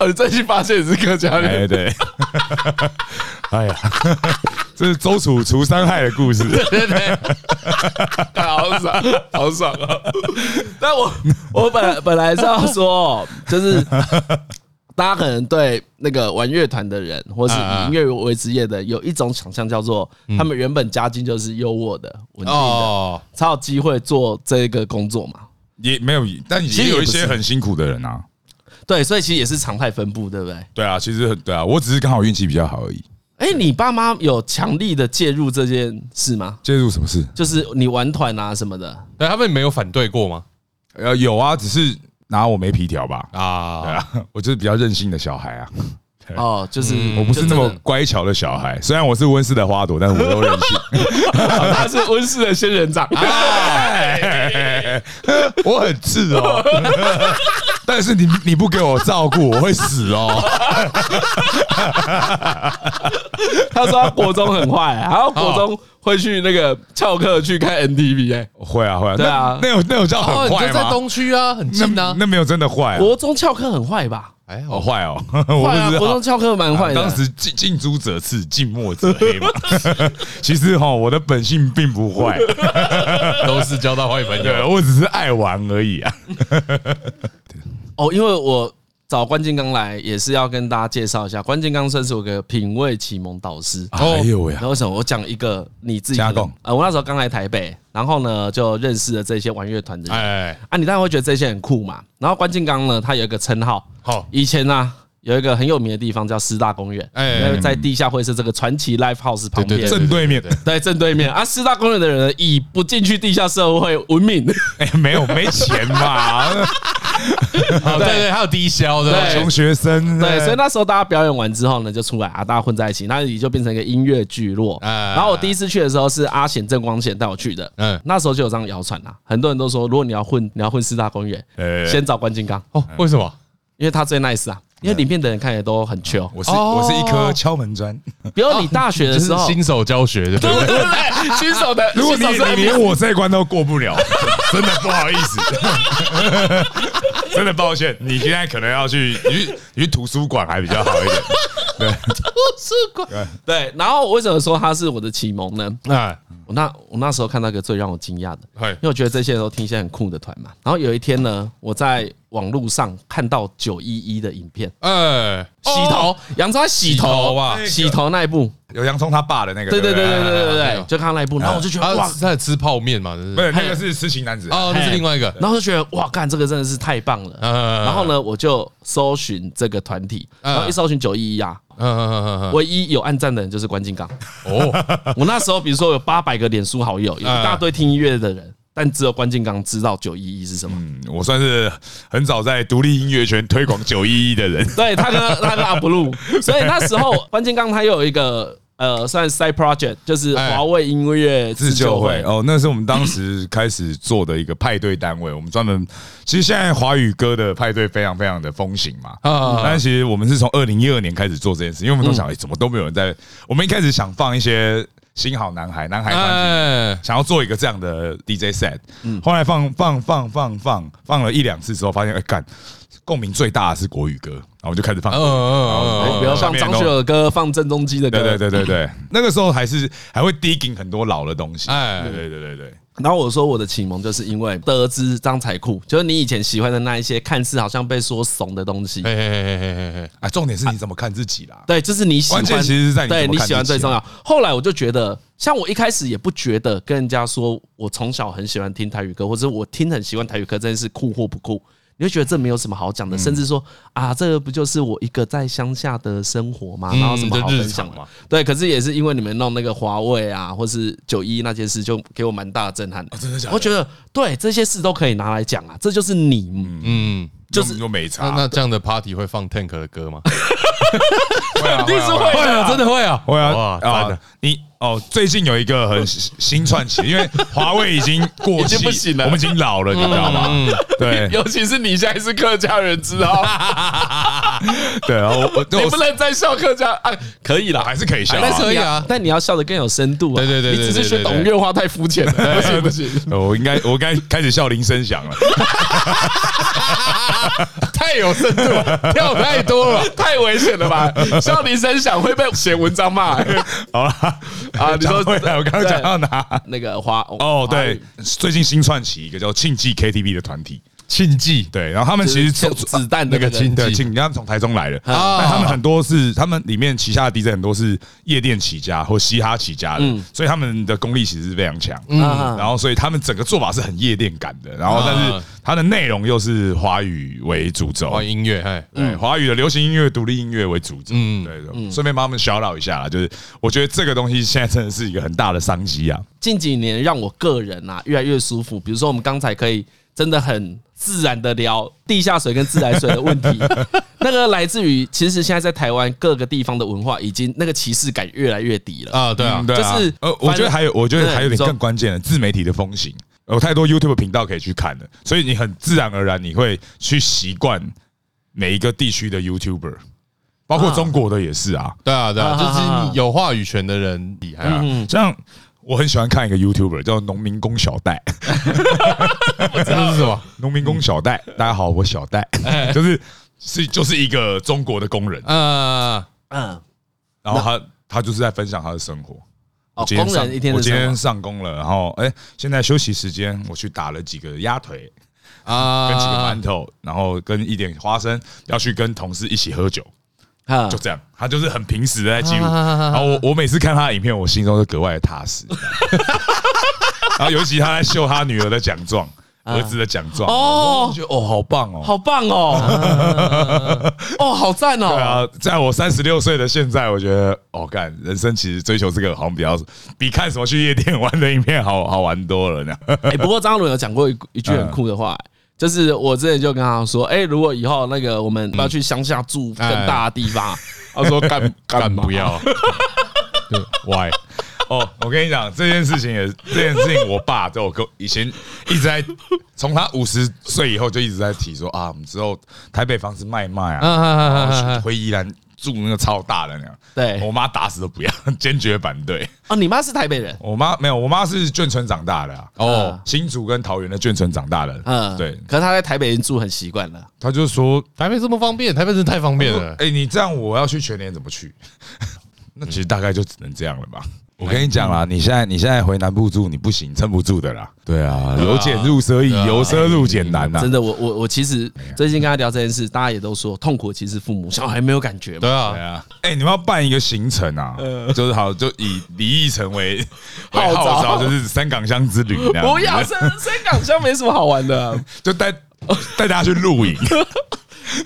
Speaker 1: 哦，你最近发现你是客家
Speaker 4: 哎
Speaker 1: 人，
Speaker 4: 对， 哎呀， 这是周楚除三害的故事。
Speaker 1: 对对，干好
Speaker 2: 啊
Speaker 1: 爽，好爽哦！ 但我我本来本来是要说，哦就是大家可能对那个玩乐团的人，或是以音乐为职业的，有一种想象叫做他们原本家境就是优渥的、稳定的，
Speaker 2: 哦，
Speaker 1: 才有机会做这个工作嘛。
Speaker 4: 也没有，但
Speaker 1: 其实
Speaker 4: 也
Speaker 1: 也
Speaker 4: 有一
Speaker 1: 不
Speaker 4: 些
Speaker 1: 是
Speaker 4: 很辛苦的人啊。
Speaker 1: 对，所以其实也是常态分布，对不对？
Speaker 4: 对啊，其实很对啊，我只是刚好运气比较好而已。
Speaker 1: 哎，你爸妈有强力的介入这件事吗？
Speaker 4: 介入什么事？
Speaker 1: 就是你玩团啊什么的，
Speaker 2: 对他们没有反对过吗？
Speaker 4: 呃，有啊，只是拿我没皮条吧。对
Speaker 2: 啊，
Speaker 4: 啊， 我就是比较任性的小孩啊，
Speaker 1: 哦，就是
Speaker 2: 嗯
Speaker 4: 我不是那么
Speaker 1: 就真的
Speaker 4: 乖巧的小孩。虽然我是温室的花朵，但是我都任性。
Speaker 1: 哦他是温室的仙人掌。啊
Speaker 4: 我很自哦， 但是你你不给我照顾，我会死哦。
Speaker 1: 他说他国中很坏、然后国中会去那个翘课去看 NTV 哎、
Speaker 4: 会啊会啊，
Speaker 1: 对啊
Speaker 4: 那那有那有 叫
Speaker 2: 哦，
Speaker 4: 很
Speaker 2: 你
Speaker 4: 坏
Speaker 2: 就在
Speaker 4: 吗？
Speaker 2: 东区啊，很近
Speaker 4: 那
Speaker 2: 啊。
Speaker 4: 那没有真的坏啊，
Speaker 1: 国中翘课很坏吧？
Speaker 2: 哎，
Speaker 4: 好
Speaker 2: 好
Speaker 4: 坏哦， 我不
Speaker 1: 哦坏啊，
Speaker 4: 知
Speaker 1: 国
Speaker 4: 道
Speaker 1: 中。翘课蛮坏的。
Speaker 4: 当时近近朱者赤，近墨者黑 嘛。其实哈，我的本性并不坏，
Speaker 2: 都是交到坏朋
Speaker 4: 对
Speaker 2: 友。
Speaker 4: 我只是爱玩而已啊。
Speaker 1: 哦，因为我找关敬刚来也是要跟大家介绍一下，关敬刚算是我的品味启蒙导师。
Speaker 4: 哎呦喂
Speaker 2: 哦
Speaker 1: 然，后为什么？我讲一个你自己可
Speaker 4: 加
Speaker 1: 能
Speaker 4: 工
Speaker 1: 呃，我那时候刚来台北，然后呢就认识了这些玩乐团的人
Speaker 2: 哎，
Speaker 1: 啊，你当然会觉得这些很酷嘛。然后关敬刚呢，他有一个称号，
Speaker 2: 好，
Speaker 1: 以前呢、有一个很有名的地方叫师大公园，
Speaker 2: 哎
Speaker 1: 哎，在地下会是这个传奇 Live House 旁边，
Speaker 4: 正对面，
Speaker 1: 对正对面啊，师大公园的人以不进去地下社会闻名，
Speaker 4: 哎，没有没钱嘛，
Speaker 2: 好，对对，还有低消
Speaker 1: 对
Speaker 2: 的，
Speaker 4: 穷学生。
Speaker 1: 对，所以那时候大家表演完之后呢，就出来啊，大家混在一起，那里就变成一个音乐聚落。
Speaker 2: 哎
Speaker 1: 然后我第一次去的时候是阿显郑光显带我去的，
Speaker 2: 嗯
Speaker 1: 嗯，那时候就有这样谣传啦，很多人都说，如果你要混，你要混师大公园，
Speaker 2: 哎
Speaker 4: 呃
Speaker 1: 先找关金刚，
Speaker 2: 哦，为什么？
Speaker 1: 因为他最 nice 啊，因为里面的人看起来都很
Speaker 2: 啊
Speaker 1: chill，
Speaker 4: 我是我是一颗
Speaker 1: 哦
Speaker 4: 敲门砖。
Speaker 1: 比如你大学
Speaker 2: 哦 就
Speaker 1: 的
Speaker 2: 是
Speaker 1: 时候，
Speaker 2: 新手教学的，对
Speaker 1: 对
Speaker 2: 不
Speaker 1: 对
Speaker 2: 对？
Speaker 1: 对，新手的，
Speaker 4: 如果你
Speaker 1: 新手呃是
Speaker 4: 你连我这一关都过不了，真的不好意思， 真的抱歉。你现在可能要去，你去你去图书馆还比较好一点。
Speaker 1: 对，然后为什么说他是我的启蒙呢？
Speaker 2: 哎，
Speaker 1: 我那我那时候看到一个最让我惊讶的，
Speaker 2: 嗨
Speaker 1: 因为我觉得这些人都听一些很酷的团嘛。然后有一天呢，我在网络上看到九一一的影片，
Speaker 2: 哎，
Speaker 1: 洗头，杨超洗
Speaker 2: 洗头
Speaker 1: 头
Speaker 2: 啊
Speaker 1: 洗头那一部，
Speaker 4: 有洋葱他爸的那个，
Speaker 1: 对对对对对对对
Speaker 2: 哎
Speaker 1: 对，就看到那一部，然后我就觉
Speaker 2: 他
Speaker 1: 得哇，
Speaker 2: 他啊在吃泡面嘛，真
Speaker 4: 不
Speaker 2: 是
Speaker 4: 是那个是痴情男子
Speaker 2: 哦，那是另外一个，
Speaker 1: 然后就觉得哇，干这个真的是太棒了。
Speaker 2: 嗯
Speaker 1: 然后呢，我就搜寻这个团体，然后一搜寻九一一啊，
Speaker 2: 嗯嗯嗯嗯嗯，
Speaker 1: 唯一有暗赞的人就是关金刚。
Speaker 2: 哦，
Speaker 1: 我那时候比如说有八百个脸书好友，有一大堆听音乐的人，但只有关敬刚知道九一一是什么。
Speaker 4: 嗯我算是很早在独立音乐圈推广九一一的人。
Speaker 1: 对他跟他跟阿布鲁，所以那时候关敬刚他又有一个呃，算 side project，就是
Speaker 2: 哎
Speaker 1: 华为音乐
Speaker 4: 自
Speaker 1: 自
Speaker 4: 救
Speaker 1: 救
Speaker 4: 会
Speaker 1: 会。
Speaker 4: 哦，那是我们当时开始做的一个派对单位，我们专门其实现在华语歌的派对非常非常的风行嘛，
Speaker 2: 啊
Speaker 4: 啊，但其实我们是从二零一二年开始做这件事，因为我们都
Speaker 1: 嗯
Speaker 4: 想，哎，怎么都没有人在，我们一开始想放一些新好男孩、男孩团体。
Speaker 2: 哎，
Speaker 4: 想要做一个这样的 DJ set，后
Speaker 1: 嗯
Speaker 4: 来放放放放放放了一两次之后，发现哎干，共鸣最大的是国语歌，然后我们就开始放
Speaker 2: 嗯
Speaker 4: 哦
Speaker 2: 嗯
Speaker 1: 哎
Speaker 2: 嗯，
Speaker 1: 不要放张学友的歌，放郑中基的歌。
Speaker 4: 对对对对对， 那个时候还是还会 digging 很多老的东西。
Speaker 2: 哎
Speaker 4: 哎，对对对对对，
Speaker 1: 然后我说我的启蒙就是因为得知张彩库，就是你以前喜欢的那一些看似好像被说怂的东西。
Speaker 2: 嘿嘿嘿嘿嘿嘿，
Speaker 4: 啊，重点是你怎么看自己啦？
Speaker 1: 对，就是你喜欢，
Speaker 4: 关键其实是在你
Speaker 1: 对
Speaker 4: 怎么
Speaker 1: 你
Speaker 4: 看
Speaker 1: 喜欢
Speaker 4: 自
Speaker 1: 最
Speaker 4: 己
Speaker 1: 重
Speaker 4: 啊
Speaker 1: 要。后来我就觉得，像我一开始也不觉得跟人家说我从小很喜欢听台语歌，或者我听很喜欢台语歌这件事酷或不酷，你会觉得这没有什么好讲
Speaker 4: 嗯
Speaker 1: 的，甚至说啊，这个不就是我一个在乡下的生活吗？
Speaker 2: 嗯
Speaker 1: 然后什么好
Speaker 2: 就日
Speaker 1: 分享
Speaker 2: 常嘛
Speaker 1: 嘛？对，可是也是因为你们弄那个华为啊，或是九一那件事，就给我蛮大的震撼。
Speaker 4: 哦真的假的
Speaker 1: 我觉得对这些事都可以拿来讲啊，这就是你。
Speaker 2: 嗯，
Speaker 4: 就是啊就没差
Speaker 2: 那，那这样的 party 会放 Tank 的歌吗？
Speaker 4: 肯
Speaker 1: 定是会
Speaker 2: 啊，真的会啊，
Speaker 4: 会啊
Speaker 2: 哇，赞
Speaker 4: 啊
Speaker 2: 了！！
Speaker 4: 你哦，最近有一个很新串起，因为华为已经过
Speaker 1: 已经
Speaker 4: 期，
Speaker 1: 不行了
Speaker 4: 我们已经老了，你知道吗？对
Speaker 1: 尤其是你现在是客家人，知道吗？
Speaker 4: 对，然后我我
Speaker 1: 你不能再笑客家啊，可以
Speaker 4: 我
Speaker 1: 啦
Speaker 4: 还。是可以笑
Speaker 1: 哎但
Speaker 4: 啊
Speaker 1: 是。
Speaker 2: 可以
Speaker 1: 你
Speaker 2: 啊
Speaker 1: 要但你要笑得更有深度啊！
Speaker 2: 对对对对
Speaker 1: 你只是
Speaker 2: 对对
Speaker 1: 学
Speaker 2: 对
Speaker 1: 懂
Speaker 2: 对
Speaker 1: 乐话太肤浅了，不行不行。
Speaker 4: 呃我应该，我该开始笑铃声响了。
Speaker 2: 太有深 度了，跳太多了。
Speaker 1: 太危险了 吧！笑你声响会被写文章骂、哎
Speaker 4: 好了
Speaker 1: 啊你说
Speaker 4: 讲回来，我刚刚讲到哪？
Speaker 1: 那个花
Speaker 4: 哦，，对
Speaker 1: 花，
Speaker 4: 最近新串起一个叫庆记 KTV 的团体，
Speaker 2: 庆忌
Speaker 4: 对，然后他们其实
Speaker 1: 就是
Speaker 4: 从
Speaker 1: 子弹的那个
Speaker 4: 对庆
Speaker 2: 庆记
Speaker 4: 庆，他们从台中来的，但他
Speaker 2: 啊
Speaker 4: 们很多是他们里面旗下的 DJ 很多是夜店起家或嘻哈起家的，所以他们的功力其实是非常强。
Speaker 1: 啊
Speaker 4: 然后，所以他们整个做法是很夜店感的，然后但是它的内容又是华语为主轴，
Speaker 2: 玩音乐，哎，
Speaker 4: 对，华语的流行音乐、独立音乐为主轴。嗯，对，对顺便帮他们小扰一下啦，就是我觉得这个东西现在真的是一个很大的商机啊。
Speaker 1: 近几年让我个人啊越来越舒服。比如说，我们刚才可以真的很自然的聊地下水跟自来水的问 题，那个来自于其实现在在台湾各个地方的文化已经那个歧视感越来越低了。
Speaker 2: 啊，对啊
Speaker 4: 嗯，对啊
Speaker 1: 就是
Speaker 4: 呃，我觉得还有，我觉得还有
Speaker 1: 对你
Speaker 4: 点
Speaker 1: 说
Speaker 4: 更关键的自媒体的风行，有太多 YouTube 频道可以去看的，所以你很自然而然你会去习惯每一个地区的 YouTuber，包
Speaker 1: 嗯
Speaker 4: 括中国的也是啊。
Speaker 2: 对啊，对啊，
Speaker 1: 啊
Speaker 2: 就是你有话语权的人厉害啊。
Speaker 4: 像我很喜欢看一个 YouTuber 叫农民工小戴，
Speaker 2: 这是什 么？
Speaker 4: 农民
Speaker 1: 嗯
Speaker 4: 工小戴，大家好，我小戴，
Speaker 1: 哎
Speaker 4: 就是是就是一个中国的工人，
Speaker 2: 呃，
Speaker 1: 嗯，
Speaker 4: 然后他他就是在分享他的生活。
Speaker 1: 哦，
Speaker 4: 今天
Speaker 1: 工
Speaker 4: 上
Speaker 1: 人一天
Speaker 4: 我
Speaker 1: 的
Speaker 4: 今
Speaker 1: 生
Speaker 4: 天
Speaker 1: 活
Speaker 4: 上工了，然后哎、现在休息时间，我去打了几个鸭腿，
Speaker 2: 啊，
Speaker 4: 跟几个馒头，然后跟一点花生，要去跟同事一起喝酒，
Speaker 1: 啊
Speaker 4: 就这样。他就是很平时的在记录。
Speaker 2: 啊啊啊啊啊
Speaker 4: 然后我我每次看他的影片，我心中都格外的踏实。 然后尤其他在秀他女儿的奖状，
Speaker 2: 啊
Speaker 4: 儿子的奖状，
Speaker 1: 哦
Speaker 4: 我觉得哦好棒哦。
Speaker 1: 好棒哦，哦，好赞
Speaker 4: 对
Speaker 1: 哦，
Speaker 4: 啊，在我三十六岁的现在，我觉得哦，干人生其实追求这个好像比较比看什么去夜店玩的影片好好玩多了呢。
Speaker 1: 哎，不过张伦有讲过一一句很酷的话、哎就是我之前就跟他说，哎，如果以后那个我们要去乡下住更大的地方，他说干
Speaker 2: 干
Speaker 1: 嘛
Speaker 2: 不要。对，why？
Speaker 4: 哦，我跟你讲这件事情也，这件事情，我爸就跟我以前一直在，从他五十岁以后就一直在提说啊，我们之后台北房子卖一卖
Speaker 2: 啊
Speaker 4: 啊，
Speaker 2: 啊啊
Speaker 4: 然
Speaker 2: 啊
Speaker 4: 后
Speaker 2: 啊
Speaker 4: 去回宜兰住那个超大的那样。
Speaker 1: 对
Speaker 4: 我妈打死都不要，坚决反对。
Speaker 1: 哦，你妈是台北人，
Speaker 4: 我妈没有，我妈是眷村长大的啊，
Speaker 2: 哦，
Speaker 4: 新竹跟桃园的眷村长大的。
Speaker 1: 嗯，
Speaker 4: 嗯，对，
Speaker 1: 可是她在台北已经住很习惯了，
Speaker 4: 他就说
Speaker 2: 台北这么方便，台北真的太方便 了。
Speaker 4: 哎、你这样我要去全年怎么去？ 那其实大概就只能这样了吧。我跟你讲啦，你现在你现在回南部住，你不行，撑不住的啦。对啊，由俭入奢易，由奢入俭难啊呐
Speaker 1: 哎真。的，我我我其实最近跟她聊这件事，大家也都说痛苦其实父母，小孩没有感觉嘛
Speaker 2: 对，
Speaker 4: 对
Speaker 2: 啊，
Speaker 4: 啊，哎，你们要办一个行程啊，就是好，就以李义成为为
Speaker 1: 号召
Speaker 4: 号召，就是三港乡之旅那样子。
Speaker 1: 不要深深港乡没什么好玩的
Speaker 4: 就带带大家去露营，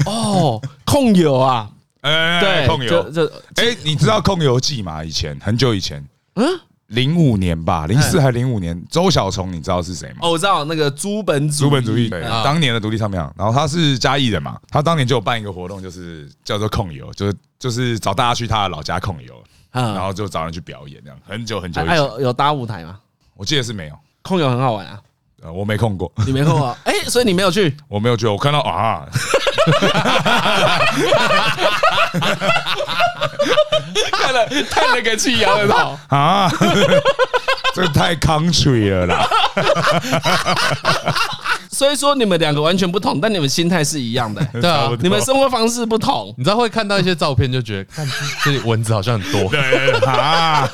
Speaker 1: 哦，控油啊，
Speaker 4: 哎，
Speaker 1: 对，
Speaker 4: 控
Speaker 1: 就
Speaker 4: 油。
Speaker 1: 就
Speaker 4: 哎，你知道控油记吗？以前很久以前，
Speaker 1: 嗯
Speaker 4: 零五年吧，零四还零五年，周小虫你知道是谁吗？
Speaker 1: 哦，我知道那个资本主
Speaker 4: 资本主义，对，
Speaker 1: 啊
Speaker 4: 当年的独立唱片行。然后他是嘉义人嘛，他当年就有办一个活动，就是叫做控油，就是就是找大家去他的老家控油，
Speaker 1: 嗯
Speaker 4: 然后就找人去表演，这样很久很久以
Speaker 1: 还
Speaker 4: 前，
Speaker 1: 啊有有搭舞台吗？
Speaker 4: 我记得是没有，
Speaker 1: 控油很好玩 啊，
Speaker 4: 呃，我没控过，
Speaker 1: 你没空啊？哎，所以你没有去，
Speaker 4: 我没有觉得，我看到啊，
Speaker 1: 看了叹了个气，摇了 头。
Speaker 4: 啊， 这个太 country 了啦，
Speaker 1: 所以说你们两个完全不同，但你们心态是一样 的、
Speaker 2: 对啊
Speaker 4: 差不。多
Speaker 1: 你们生活方式不 同。
Speaker 2: 你知道会看到一些照片，就觉得看这里蚊子好像很 多。
Speaker 4: 对 啊。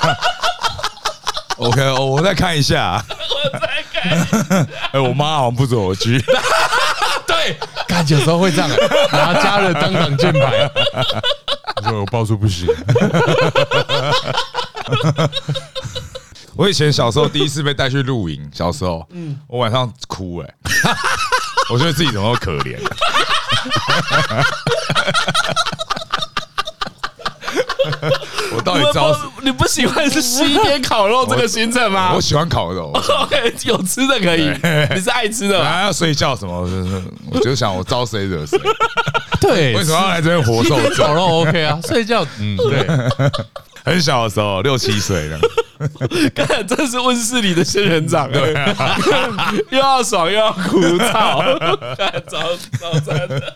Speaker 4: OK，哦我再看一下。 哎，我妈好像不准我去。
Speaker 2: 对，看有时候会这样，哎拿家人当挡箭牌。
Speaker 4: 我说我报数不行。 我以前小时候第一次被带去露营，小时候，
Speaker 1: 嗯
Speaker 4: 我晚上哭哎、 我觉得自己怎么那么可怜。啊 我到
Speaker 1: 你
Speaker 4: 底
Speaker 1: 们
Speaker 4: 招？
Speaker 1: 不你不喜 欢是西边烤肉这个行程吗
Speaker 4: 我喜欢烤肉，
Speaker 1: ？OK，有吃的可以， 你是爱吃的
Speaker 4: 然
Speaker 1: 吗。
Speaker 4: 后要睡觉什么，我就是我就想我招谁惹谁？
Speaker 2: 对，
Speaker 4: 为什么要来这边活
Speaker 2: 今
Speaker 4: 受
Speaker 2: 天
Speaker 4: 罪
Speaker 2: 烤？肉 OK 啊？睡觉，嗯，对，
Speaker 4: 很小的时候，六七岁的，
Speaker 1: 看，这是温室里的仙人 掌、 啊，又要爽又要枯燥， 干早早餐的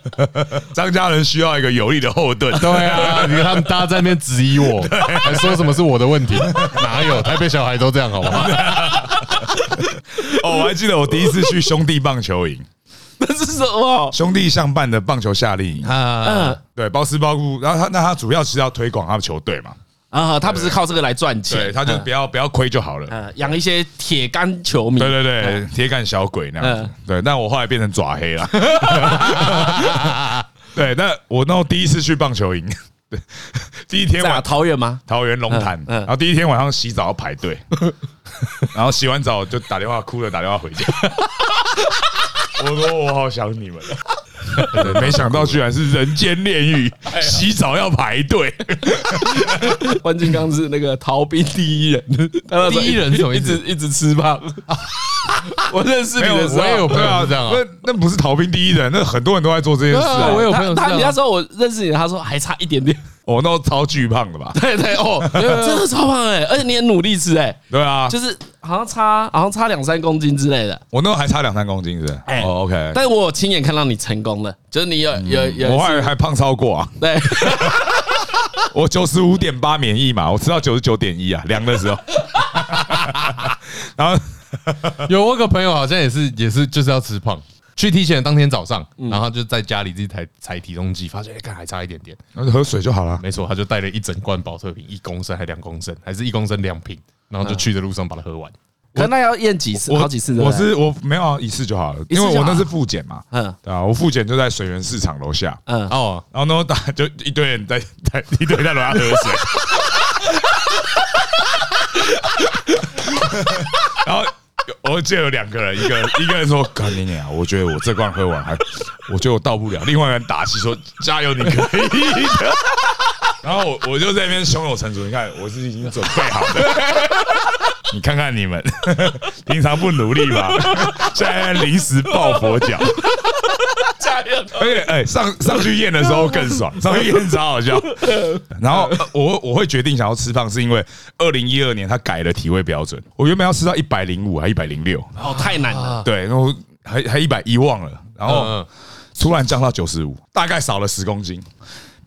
Speaker 4: 张家人需要一个有力的后盾。
Speaker 2: 对啊，你看他们大家在那边质疑我， 还说什么是我的问题？哪有？台北小孩都这样，好 不好？
Speaker 4: 哦，我还记得我第一次去兄弟棒球营，
Speaker 1: 那是什么？
Speaker 4: 兄弟相伴的棒球夏令营，
Speaker 2: 啊，
Speaker 1: 嗯
Speaker 4: 对，包吃包住。然后他那他主要是要推广他的球队嘛，
Speaker 1: 啊，他不是靠这个来赚
Speaker 4: 对，
Speaker 1: 钱，
Speaker 4: 他就
Speaker 1: 嗯
Speaker 4: 不要不要亏就好了。
Speaker 1: 呃养一些铁杆球迷，
Speaker 4: 对对对，铁杆小鬼那样子
Speaker 1: 嗯。
Speaker 4: 对，但我后来变成爪黑 了。对，那我那我第一次去棒球营，对第一天
Speaker 1: 在哪
Speaker 4: 晚
Speaker 1: 桃园吗？
Speaker 4: 桃园龙潭
Speaker 1: 嗯，嗯
Speaker 4: 然后第一天晚上洗澡要 排队，然后洗完澡就打电话哭了，打电话回家。我说我好想你们啊，对没想到居然是人间炼狱，洗澡要排队。
Speaker 1: 关金刚是那个逃兵第一人，他那时候
Speaker 2: 第一人是什么意
Speaker 1: 一
Speaker 2: 思
Speaker 1: 直一直吃胖。 我认识你的时候，
Speaker 2: 我也有朋
Speaker 4: 对啊
Speaker 2: 友是这样啊，
Speaker 4: 那那不是逃兵第一人，那很多人都在做这件事
Speaker 2: 对啊
Speaker 4: 啊。
Speaker 2: 我有朋
Speaker 1: 他他
Speaker 2: 友是
Speaker 1: 你
Speaker 2: 这样
Speaker 1: 那
Speaker 2: 啊
Speaker 1: 时候我认识你，他说还差一点点。
Speaker 4: 我那时候超巨胖的吧？
Speaker 1: 对对 哦，真的超胖哎，而且你很努力吃哎，
Speaker 4: 对啊，
Speaker 1: 就是好像差好像差两三公斤之类的。
Speaker 4: 我那时候还差两三公斤，是不是？
Speaker 1: 哎
Speaker 4: 哦，OK。
Speaker 1: 但我有亲眼看到你成功了，就是你有有有
Speaker 4: 嗯
Speaker 1: 一
Speaker 4: 我
Speaker 1: 次
Speaker 4: 还还胖超过啊，
Speaker 1: 对，
Speaker 4: 我九十五点八免疫嘛，我吃到九十九点一啊，量的 时候。然后
Speaker 2: 有我有个朋友好像也是也是就是要吃胖，去体检的当天早上，然后就在家里自己踩踩体重计，发现哎，看还差一点点。
Speaker 4: 然后就喝水就好了。
Speaker 2: 没错，他就带了一整罐保特瓶，一公升还两公升，还是一公升两瓶，然后就去的路上把它喝完。
Speaker 1: 可那要验几次，
Speaker 4: 我
Speaker 1: 好几次对不
Speaker 4: 我
Speaker 1: 对
Speaker 4: 是我没有啊一次就好了，
Speaker 1: 一次
Speaker 4: 因
Speaker 1: 就
Speaker 4: 为
Speaker 1: 好
Speaker 4: 我那是复检嘛，
Speaker 1: 嗯
Speaker 4: 对啊，我复检就在水源市场楼下，
Speaker 1: 嗯，
Speaker 2: 哦，
Speaker 4: 然后呢大 就一堆人在在一堆人在楼下喝水， 然后有我记得有两个人，一个一个人说：“干你娘！我觉得我这罐喝完还，我觉得我到不了。”另外一个人打气说：“加油，你可以的。” 然后我我就在那边胸有成竹，你看我是已经准备好的。 你看看你们， 平常不努力吧， 现在临时抱佛脚。
Speaker 1: 加油！
Speaker 4: 而且哎、上上去验的时候更爽，上去验超好笑。然后呃我我会决定想要吃胖，是因为二零一二年他改了体位标准，我原本要吃到一百零五还一百零六，
Speaker 1: 哦，太难了，
Speaker 4: 对，然后还还一百一忘了，然后
Speaker 2: 嗯
Speaker 4: 突然降到九十五，大概少了十公斤，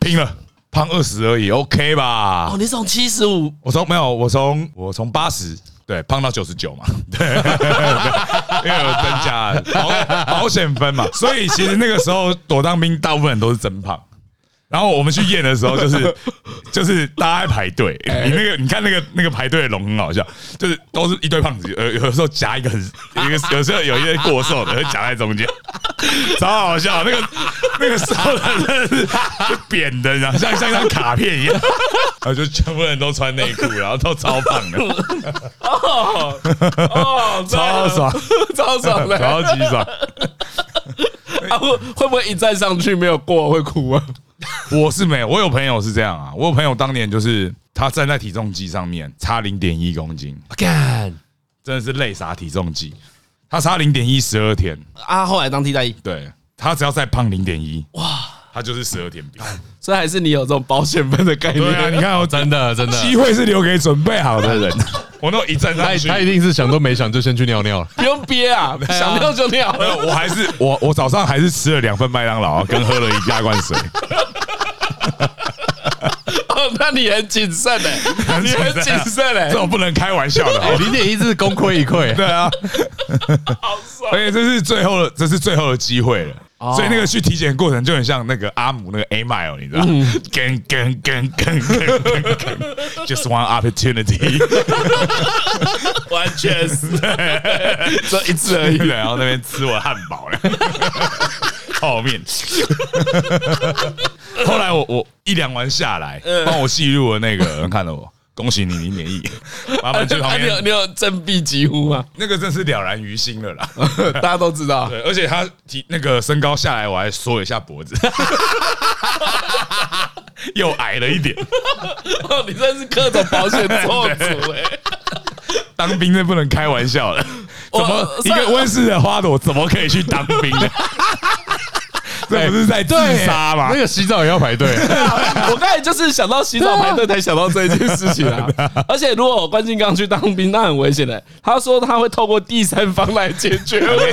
Speaker 4: 拼了，胖二十而已，OK 吧
Speaker 1: 哦，？你从七十五
Speaker 4: 我从没有，我从我从八十。对，胖到九十九嘛， 对，因为有增加保保险分嘛，所以其实那个时候躲当兵，大部分人都是真胖。然后我们去验的时候， 就是就是大家在排队，你那个你看那个那个排队的龙很好笑，就是都是一堆胖子，有有时候夹一个很，有一 个有时候有一些过瘦的会夹在中间，超好笑。那个那个瘦的真的是就扁的，然后像像一张卡片一样，然后就全部人都穿内裤，然后都超胖的，
Speaker 1: 哦哦，
Speaker 4: 超爽，
Speaker 1: 超爽的，
Speaker 4: 超级爽。
Speaker 1: 啊会会不会一站上去没有过会哭啊？
Speaker 4: 我是没有，我有朋友是这样啊，我有朋友当年就是他站在体重机上面差零点一公斤，
Speaker 2: 干，
Speaker 4: 真的是累傻体重计，他差零点一十二天，
Speaker 1: 啊，后来当替代役，
Speaker 4: 对他只要再胖零点一，哇，他就是十二天兵。
Speaker 1: 所以还是你有这种保险分的概念。
Speaker 4: 对啊，你看我真
Speaker 2: 真的真的，
Speaker 4: 机会是留给准备好的人， 我那一站
Speaker 2: 他
Speaker 4: 上去
Speaker 2: 他。一定是想都没想就先去尿尿了。
Speaker 1: 不用憋啊，想尿就尿哦
Speaker 4: 没有，我还是我我早上还是吃了两份麦当劳、啊，跟喝了一大罐水，
Speaker 1: 哦，那你很谨慎嘞，你很谨慎欸
Speaker 4: 这
Speaker 1: 嘞，
Speaker 4: 种不能开玩笑的好不好
Speaker 2: 哎，零点一是功亏一篑。
Speaker 4: 对啊，
Speaker 1: 好爽
Speaker 4: 而且这是最后的，这是最后的机会了。
Speaker 1: 哦
Speaker 4: 所以那个去体检的过程就很像那个阿姆那个 A mile，你知道吗？
Speaker 1: 嗯
Speaker 4: 跟跟跟跟跟跟跟，just one opportunity，
Speaker 1: 完全是， 这一次而 已。
Speaker 4: 然后那边吃我汉堡了， 泡面。后来我我一两碗下来，
Speaker 1: 嗯
Speaker 4: 帮我记录的那个人看了我，恭喜你，你免疫。麻烦去旁
Speaker 1: 啊 你有
Speaker 4: 边，
Speaker 1: 你有振臂疾呼吗？
Speaker 4: 那个真是了然于心了啦。
Speaker 1: 大家都知道，
Speaker 4: 对，而且他提那个身高下来，我还缩了一下脖子， 又矮了一点。
Speaker 1: 哦你真是各种保险做主哎。
Speaker 4: 当兵是不能开玩笑的，怎么
Speaker 1: 我
Speaker 4: 一个温室的花朵怎么可以去当兵呢？这不是在自杀吗
Speaker 2: 那？个洗澡也要排队，
Speaker 1: 我刚才就是想到洗澡排队才想到这一件事情 啊。而且如果关金刚去当兵，那很危险的。他说他会透过第三方来解决。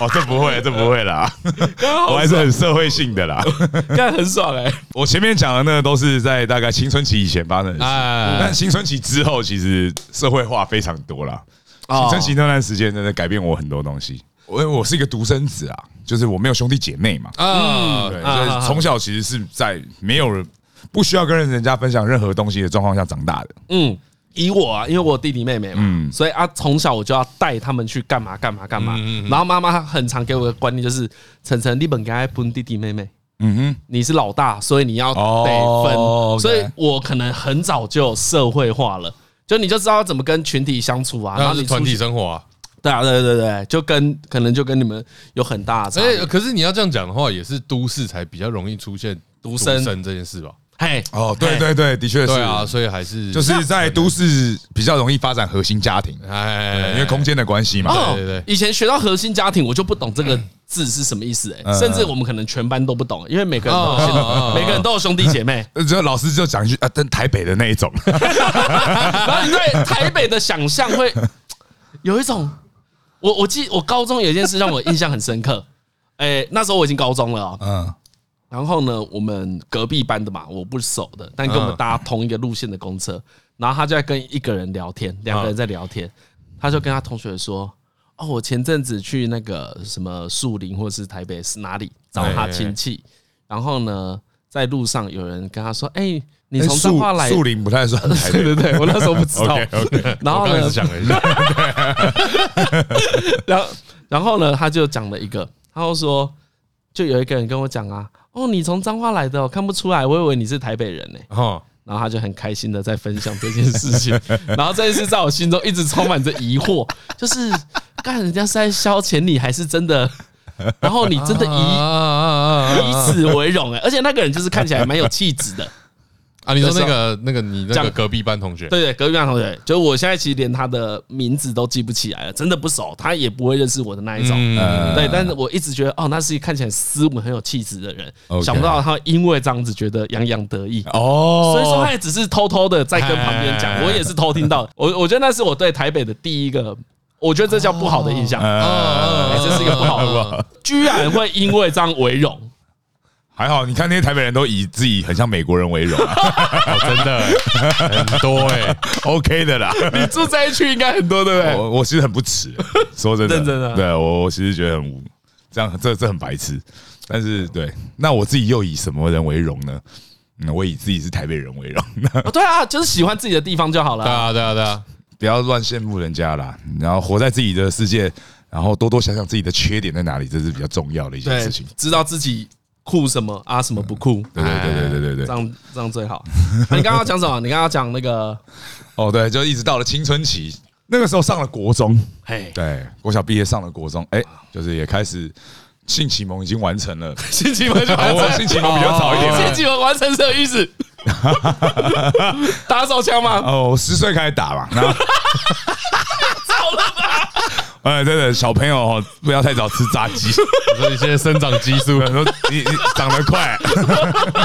Speaker 4: 哦，这不会，这不会啦，
Speaker 1: 刚刚
Speaker 4: 我
Speaker 1: 好
Speaker 4: 还是很社会性的啦。
Speaker 1: 刚才很爽哎、
Speaker 4: 我前面讲的那个都是在大概青春期以前发生的事，
Speaker 1: 嗯
Speaker 2: 哎
Speaker 4: 但，青春期之后其实社会化非常多啦。
Speaker 1: 哦
Speaker 4: 青春期那段时间真的改变我很多东西。我我是一个独生子啊，就是我没有兄弟姐妹嘛，
Speaker 2: 啊，
Speaker 4: 对，
Speaker 1: 啊
Speaker 4: 所以从小其实是在没有人不需要跟人家分享任何东西的状况下长大的。
Speaker 1: 嗯，以我啊，因为我有弟弟妹妹嘛，所以啊，从小我就要带他们去干嘛干嘛干嘛。然后妈妈很常给我的观念就是：晨晨，你本该分弟弟妹妹，
Speaker 4: 嗯哼，
Speaker 1: 你是老大，所以你要得分。
Speaker 4: 哦
Speaker 1: 所以
Speaker 4: OK
Speaker 1: 我可能很早就社会化了。就你就知道怎么跟群体相处啊，然
Speaker 2: 那
Speaker 1: 后
Speaker 2: 是
Speaker 1: 你
Speaker 2: 团体
Speaker 1: 出去
Speaker 2: 生活啊。
Speaker 1: 对啊，对对对，就跟可能就跟你们有很大的差
Speaker 2: 哎，
Speaker 1: 别。
Speaker 2: 可是你要这样讲的话，也是都市才比较容易出现独
Speaker 1: 生
Speaker 2: 生这件事吧？
Speaker 1: 嘿，
Speaker 4: 哦，对对对，的确是
Speaker 2: 对啊，，所以还是
Speaker 4: 就是在都市比较容易发展核心家庭，
Speaker 2: 哎，
Speaker 4: 因为空间的关系嘛。
Speaker 1: 哦
Speaker 2: 对对对
Speaker 1: 以前学到核心家庭，我就不懂这个字是什么意思、哎，
Speaker 4: 嗯。
Speaker 1: 甚至我们可能全班都不懂，因为每个人都有
Speaker 2: 哦哦哦
Speaker 1: 兄，每个人都有兄弟姐妹
Speaker 4: 只有老师就讲一句啊，但台北的那一种，
Speaker 1: 然后你对台北的想象会 有一种，我我记我高中有一件事让我印象很深刻， 哎，那时候我已经高中了、哦，
Speaker 4: 嗯，
Speaker 1: 然后呢，我们隔壁班的嘛，我不熟的，但跟我们搭同一个路线的公车，然后他就在跟一个人聊天，两个人在聊天，他就跟他同学说：“哦，我前阵子去那个什么树林或是台北是哪里找
Speaker 4: 哎
Speaker 1: 他亲戚，然后呢，在路上有人跟他说：‘哎，你从彰化来？’
Speaker 4: 树林不太算台
Speaker 1: 对
Speaker 4: 北。
Speaker 1: 对对，我那时候不知 道
Speaker 4: OK。OK，
Speaker 1: 然后
Speaker 2: 我刚才
Speaker 1: 呢
Speaker 2: 只，想了一下，
Speaker 1: 然后然后呢，他就讲了一个，他就说，就有一个人跟我讲啊，哦，你从彰化来的、哦，看不出来，我以为你是台北人呢、
Speaker 2: 哦，
Speaker 1: 然后他就很开心的在分享这件事 情，然后这件事在我心中一直充满着疑惑，就是干人家是在消遣你，还是真的？然后你 真的
Speaker 2: 啊
Speaker 1: 以以
Speaker 2: 以
Speaker 1: 此为荣哎、而且那个人就是看起来蛮有气质的，
Speaker 2: 啊，你说那个那个你那
Speaker 1: 这
Speaker 2: 个
Speaker 1: 样
Speaker 2: 隔壁班同学，
Speaker 1: 对对，隔壁班同学，就我现在其实连他的名字都记不起来了，真的不熟，他也不会认识我的那一种。
Speaker 4: 呃
Speaker 1: 对，但是我一直觉得，哦，那是一个看起来斯文、很有气质的人
Speaker 4: OK
Speaker 1: 想不到他因为这样子觉得洋洋得意，
Speaker 4: 哦，
Speaker 1: 所以说他也只是偷偷的在跟旁边
Speaker 2: 哎
Speaker 1: 讲，我也是偷听到的。我我觉得那是我对台北的第一个，我觉得这叫不好的印象，
Speaker 4: 呃
Speaker 1: 哎
Speaker 2: 哦
Speaker 1: 这是一个不好的，居然会因为这样为荣。
Speaker 4: 还好，你看那些台北人都以自己很像美国人为荣啊
Speaker 2: 真的欸很多哎，
Speaker 4: ，OK 的啦。
Speaker 1: 你住这一区应该很多，对不对？
Speaker 4: 我我其实很不耻，说真的，
Speaker 1: 认真的
Speaker 4: 对我我其实觉得很无，这样这这很白痴。但是对，那我自己又以什么人为荣呢？嗯，我以自己是台北人为荣，
Speaker 1: 哦对啊，就是喜欢自己的地方就好
Speaker 2: 对
Speaker 1: 了。
Speaker 2: 啊对啊对啊，
Speaker 4: 不要乱羡慕人家啦，然后活在自己的世界，然后多多想想自己的缺点在哪里，这是比较重要的一件
Speaker 1: 对
Speaker 4: 事情。，
Speaker 1: 知道自己酷什么啊，什么不酷，
Speaker 4: 对对对对对对
Speaker 1: 这
Speaker 4: 对。
Speaker 1: 样这样最好。啊你刚刚讲什么？你刚刚讲那个，
Speaker 4: 哦，对，就一直到了青春期，那个时候上了国中，
Speaker 1: 嘿，
Speaker 4: 对，国小毕业上了国中，哎，就是也开始性启蒙已经完成 了。
Speaker 1: 新奇门就完
Speaker 4: 我
Speaker 1: 成，
Speaker 4: 性启蒙比较早一点
Speaker 1: 新
Speaker 4: 啦。
Speaker 1: 奇门完成这个意 思，打手枪吗？
Speaker 4: 哦，我十岁开始打 嘛，然后
Speaker 1: 好了吧。
Speaker 4: 哎，真的小朋友哦不要太早吃炸 鸡，
Speaker 2: 所以现在生长激素
Speaker 4: 对，说你你长得快，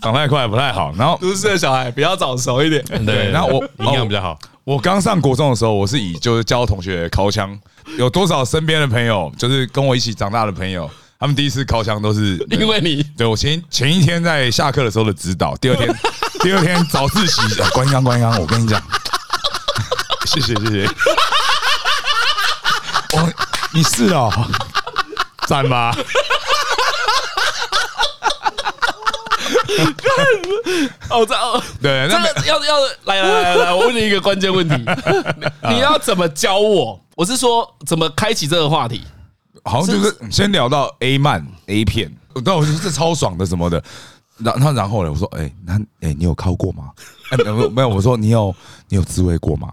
Speaker 4: 长太快不太好。然后
Speaker 1: 都市的小孩比较早熟一点。
Speaker 4: 对，然后我
Speaker 2: 营养比较好，
Speaker 4: 我刚上国中的时候，我是以就是教同学烤枪，有多少身边的朋友，就是跟我一起长大的朋友，他们第一次烤枪都是
Speaker 1: 因为你
Speaker 4: 对我前前一天在下课的时候的指导，第二天 第二天早自习，啊关刚关刚，我跟你讲， 谢谢谢 谢，我你是哦，赞吧。
Speaker 1: 哦，这哦
Speaker 4: 对，
Speaker 1: 这
Speaker 4: 那没
Speaker 1: 个要要来来来来，我问你一个关键问 题，你你要怎么教我？我是说怎么开启这个话 题？
Speaker 4: 好像就是先聊到 A 漫 A 片，但我觉得这超爽的什么的。然后然后呢，我说，哎、那哎、你有靠过吗？哎、没有没有，我说你有你有自慰过吗？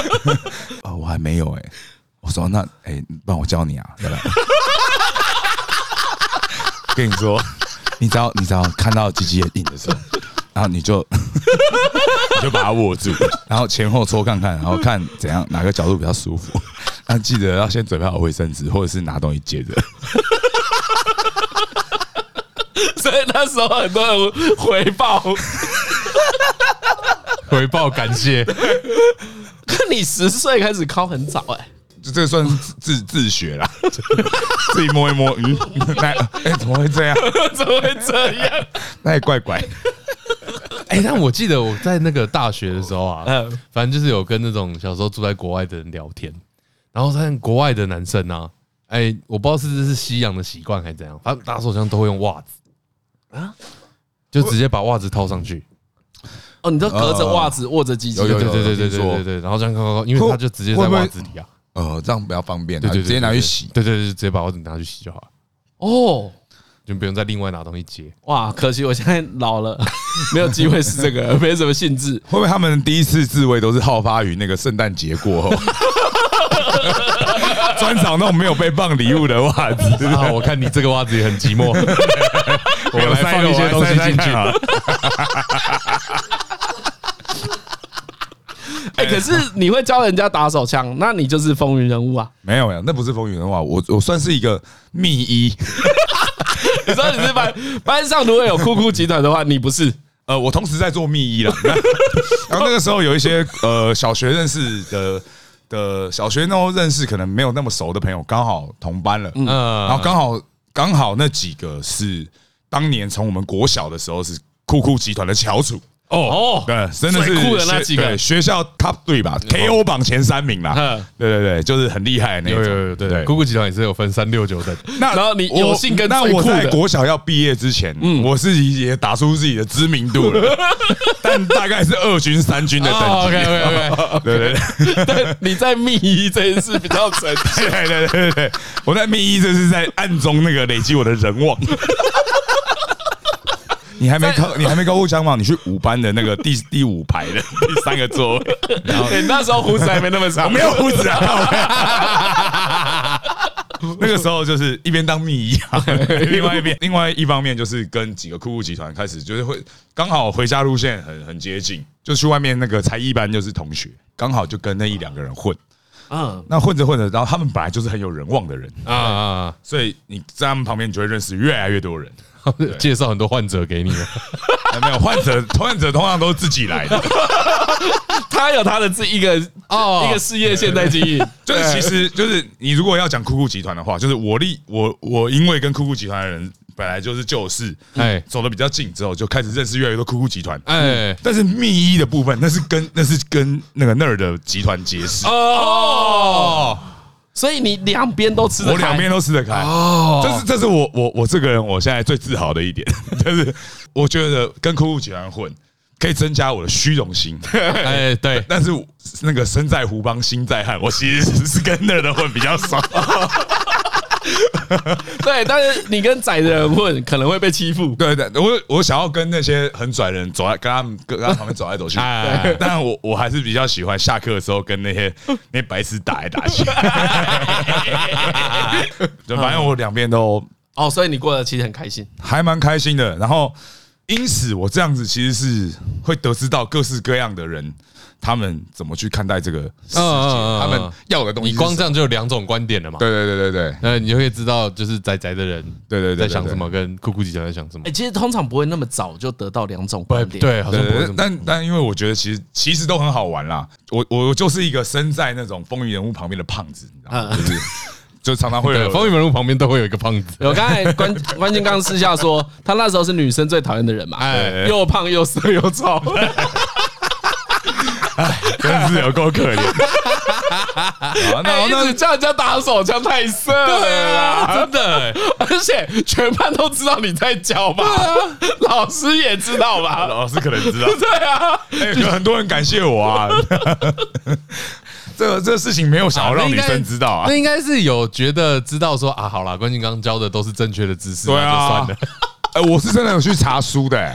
Speaker 4: 啊、我还没有哎、我说那哎、帮我教你啊，对吧？ 跟你说，你只要你只要看到鸡鸡很硬的时候，然后你就你就把它握住， 然后前后搓看看，然后看怎样哪个角度比较舒服。那记得要先准备好卫生纸，或者是拿东西接着。
Speaker 1: 所以那时候很多人回报，
Speaker 2: 回报感谢，
Speaker 1: 看你十岁开始考很早哎、
Speaker 4: 就这个算是自自学啦，自己摸一摸，嗯，那哎、怎么会这样？
Speaker 1: 怎么会这样？
Speaker 4: 那也怪怪。
Speaker 2: 哎、但我记得我在那个大学的时候啊
Speaker 1: 嗯，
Speaker 2: 反正就是有跟那种小时候住在国外的人聊天，然后发现国外的男生啊，哎、我不知道是这是西洋的习惯还是怎样，反正打手枪都会用袜子啊，就直接把袜子套上去，
Speaker 1: 哦，你都隔着袜子握着鸡鸡，
Speaker 4: 有有
Speaker 2: 对对对对
Speaker 4: 听
Speaker 2: 对
Speaker 4: 说
Speaker 2: 对对，然后这样看看看，因为他就直接在袜子里啊，
Speaker 4: 呃，这样比较方便啊，
Speaker 2: 对对对，
Speaker 4: 直接拿去洗。
Speaker 2: 对对对，直接把袜子拿去洗就好了，
Speaker 1: 哦，
Speaker 2: 就不用再另外拿东西接。
Speaker 1: 哇，可惜我现在老了， 没有机会试这个，没什么兴致。
Speaker 4: 会不会他们第一次自慰都是好发于那个圣诞节过后， 专找那种没有被放礼物的袜子？
Speaker 2: 啊，我看你这个袜子也很寂寞，我来放一些东西进去。
Speaker 1: 哎、可是你会教人家打手枪，那你就是风云人物啊！
Speaker 4: 没有没有，那不是风云人物啊，我我算是一个秘医。
Speaker 1: 你知道你是班班上如果有酷酷集团的话，你不是
Speaker 4: 呃，我同时在做秘医 了。然后那个时候有一些呃小学认识的的小学那时候认识可能没有那么熟的朋友，刚好同班了，嗯，
Speaker 2: 嗯
Speaker 4: 然后刚好刚好那几个是当年从我们国小的时候是酷酷集团的翘楚。
Speaker 2: 哦
Speaker 4: 对，真的是
Speaker 1: 最酷的那几个
Speaker 4: 学对学校 top 队吧，KO 榜前三名啦
Speaker 1: 嗯。
Speaker 4: 对对对，就是很厉害的那
Speaker 2: 有
Speaker 4: 种。
Speaker 2: 有有，对，姑姑集团也是有分三六九等，
Speaker 4: 那
Speaker 1: 然后你
Speaker 4: 我
Speaker 1: 有幸跟
Speaker 4: 那
Speaker 1: 最
Speaker 4: 我
Speaker 1: 酷
Speaker 4: 在
Speaker 1: 的嗯
Speaker 4: 国小要毕业之前，我自己也打出自己的知名 度了，但大概是二军、三军的等
Speaker 2: 哦
Speaker 4: 级。啊
Speaker 2: ，OK，OK，OK
Speaker 4: 对对对
Speaker 1: 但你在密医这件事比较 神奇。
Speaker 4: 对对对对，我在密一这是在暗中那个累积我的人望。 你还没高，你还没高过枪吗？你去五班的那个第第五排的第三个座位，
Speaker 1: 对，那时候胡子还没那么长，
Speaker 4: 我没有胡子啊。 那个时候就是一边当密一 样，另外一边，另外一方面就是跟几个酷酷集团开始，就是会刚好回家路线很很接近，就去外面那个才艺班就是同学，刚好就跟那一两个人混。
Speaker 1: 嗯，
Speaker 4: 那混着混着，然后他们本来就是很有人望的人，
Speaker 2: 啊啊
Speaker 4: 所以你在他们旁边，你就会认识越来越多人。
Speaker 2: 啊，介绍很多患者给你，
Speaker 4: 啊没有患者，患者通常都是自己来的，
Speaker 1: 他有他的自己一个
Speaker 2: 哦
Speaker 1: 一个事业线在经 营。
Speaker 4: 就是其实就是你如果要讲酷酷集团的话，就是我立我我因为跟酷酷集团的人本来就是旧事，
Speaker 2: 哎
Speaker 4: 走的比较近之后，就开始认识越来越多酷酷集团。
Speaker 2: 哎
Speaker 4: 但是密一的部分，那是跟那是跟那个那儿的集团结识，
Speaker 1: 哦，所以你两边都吃得
Speaker 4: 我
Speaker 1: 开
Speaker 4: 两边都吃得开。哦，这是这是我我我这个人我现在最自豪的一点，就是我觉得跟酷酷集团混可以增加我的虚荣心。
Speaker 2: 哎， 对，
Speaker 4: 但是那个身在胡邦心在汉，我其实是跟那儿的混比较爽。
Speaker 1: 对，但是你跟宅的人混可能会被欺负。
Speaker 4: 对对，我我想要跟那些很拽的人走在跟他们跟他旁边走来走去
Speaker 2: 哎，
Speaker 4: 但我我还是比较喜欢下课的时候跟那些 那些白痴打来打去。 就反正我两边都
Speaker 1: 哦，所以你过得其实很开心。
Speaker 4: 还蛮开心的，然后因此我这样子其实是会得知到各式各样的人他们怎么去看待这个世界，
Speaker 2: 嗯嗯嗯嗯
Speaker 4: 他们要的东西
Speaker 2: 你
Speaker 4: 是
Speaker 2: 光
Speaker 4: 什
Speaker 2: 这
Speaker 4: 么。
Speaker 2: 样就有两种观点了嘛，
Speaker 4: 对对对对对
Speaker 2: 那你就可以知道就是宅宅的人
Speaker 4: 对对
Speaker 2: 在
Speaker 4: 对，对
Speaker 2: 想
Speaker 4: 对
Speaker 2: 什么，跟姑姑集团在想什么
Speaker 1: 哎，，其实通常不会那么早就得到两种观
Speaker 2: 对
Speaker 1: 点。，
Speaker 2: 对，好像不会
Speaker 4: 对
Speaker 2: 这，么，
Speaker 4: 但但因为我觉得其实其实都很好玩啦。我我就是一个身在那种风云人物旁边的胖子，你知道吗？就是就常常会
Speaker 2: 对，
Speaker 4: 有
Speaker 2: 风云人物旁边都会有一个胖子，
Speaker 1: 我刚才关关键刚刚私下说，他那时候是女生最讨厌的人嘛，
Speaker 2: 哎
Speaker 1: 又胖又色又 丑。
Speaker 4: 真是有够可怜。好
Speaker 1: 哎
Speaker 4: 那
Speaker 1: 一
Speaker 4: 那
Speaker 1: 直叫人家打手枪太色了啦，
Speaker 2: 啊真的，哎
Speaker 1: 而且全班都知道你在教吧，
Speaker 2: 啊
Speaker 1: 老师也知道吧？
Speaker 4: 老师可能知道，
Speaker 1: 对啊，
Speaker 4: 哎有很多人感谢我啊。 这个这个事情没有想要让女生知道啊
Speaker 2: 那。应该是有觉得知道说啊，好啦，关键刚教的都是正确的知识，
Speaker 4: 对
Speaker 2: 那
Speaker 4: 啊
Speaker 2: 就算了。，
Speaker 4: 哎，我是真的有去查书的、欸。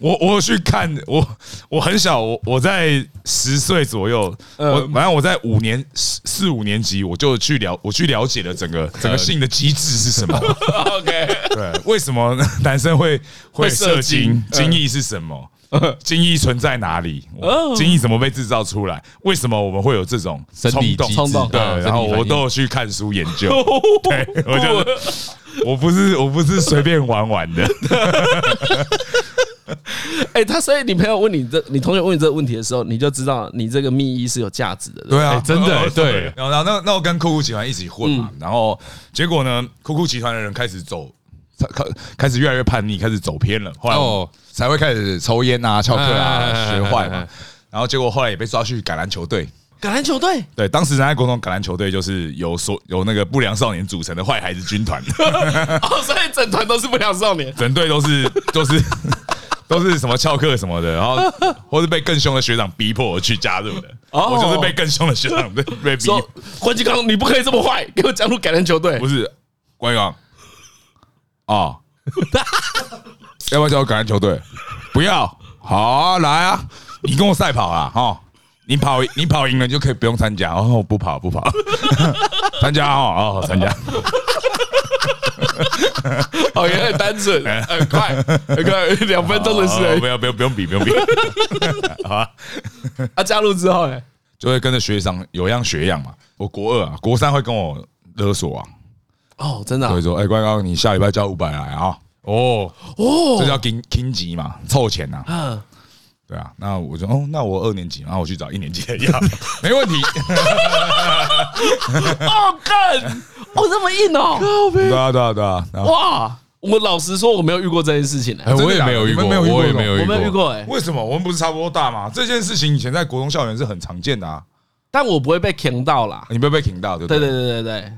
Speaker 4: 我我有去看我我很小，我我在十岁左右，我反正我在五年四四五年级，我就去了我去了解了整个整个性的机制是 什么，
Speaker 1: OK，
Speaker 4: 对，为什么男生会会射
Speaker 1: 射
Speaker 4: 精嗯
Speaker 1: 精，
Speaker 4: 精液是什么，精液存在哪里，精液怎么被制造出来，为什么我们会有这种
Speaker 2: 生理
Speaker 4: 冲动
Speaker 2: 机
Speaker 4: 嗯
Speaker 2: 制
Speaker 1: 冲动
Speaker 4: 对
Speaker 2: 啊，
Speaker 4: 然后
Speaker 2: 生理反
Speaker 4: 我
Speaker 2: 应
Speaker 4: 都有去看书研究，对我就我不是我不是随便玩玩的。
Speaker 1: 哎、他所以你朋友问你这，你同学问你这个问题的时候，你就知道你这个密意是有价值的。对不对
Speaker 4: 对啊
Speaker 2: 哎，真的欸对嗯
Speaker 4: 然后，然后那那我跟酷酷集团一起混嘛，然后结果呢，酷酷集团的人开始走，开开始越来越叛逆，开始走偏了，后来我
Speaker 2: 哦
Speaker 4: 才会开始抽烟啊、翘课
Speaker 2: 哎哎哎
Speaker 4: 啊、
Speaker 2: 哎
Speaker 4: 学坏
Speaker 2: 哎哎
Speaker 4: 嘛
Speaker 2: 哎。
Speaker 4: 然后结果后来也被抓去橄榄球队。
Speaker 1: 橄榄球队，
Speaker 4: 对，当时南爱国中橄榄球队就是由所由那个不良少年组成的坏孩子军团，嗯
Speaker 1: 哦，所以整团都是不良少年。
Speaker 4: 整队都是 都是都是什么翘课什么的，然后或是被更凶的学长逼迫我去加入的。
Speaker 1: 哦
Speaker 4: 我就是被更凶的学长被被逼
Speaker 1: 说关继刚，你不可以这么坏，给我加入橄榄球队
Speaker 4: 不。是关勇啊，要不要加入橄榄球队？不要，好啊，来啊，你跟我赛跑啊，哈，你跑你跑赢了你就可以不用参加，哦，不跑不跑， 参加哦哦参加，
Speaker 1: 哦，也很单纯，很快，很快，两分钟的事而
Speaker 4: 哎哦
Speaker 1: 已
Speaker 4: 不。要不要不用比不用比， 好啊，
Speaker 1: 啊，加入之后呢？
Speaker 4: 就会跟着学长有样学样嘛。我国二啊，国三会跟我勒索啊，
Speaker 1: 哦，真的啊
Speaker 4: 所以说，哎，关刚你下礼拜交五百来啊，
Speaker 2: 哦，
Speaker 4: 这叫 king king 级嘛，凑钱呐、
Speaker 1: 嗯，
Speaker 4: 对啊，那我就哦，那我二年级，然后我去找一年级的要， 没问题。
Speaker 1: 哦，干，哦，这么硬哦，
Speaker 4: 对啊，对啊，对啊。然 后
Speaker 1: 哇！我老实说，我没有遇过这件事情哎、
Speaker 2: 哎，
Speaker 4: 真的
Speaker 2: 我也
Speaker 4: 假的
Speaker 2: 没有遇
Speaker 4: 你
Speaker 2: 过，
Speaker 4: 们没有遇过
Speaker 2: 我也
Speaker 4: 这种
Speaker 2: 没有
Speaker 1: 我没有遇
Speaker 2: 遇过，
Speaker 1: 过哎、
Speaker 4: 为什么我们不是差不多大吗？这件事情以前在国中校园是很常见的啊，
Speaker 1: 但我不会被坑到啦。
Speaker 4: 你不要被挺到，对不
Speaker 1: 对
Speaker 4: 对？
Speaker 1: 对对对对，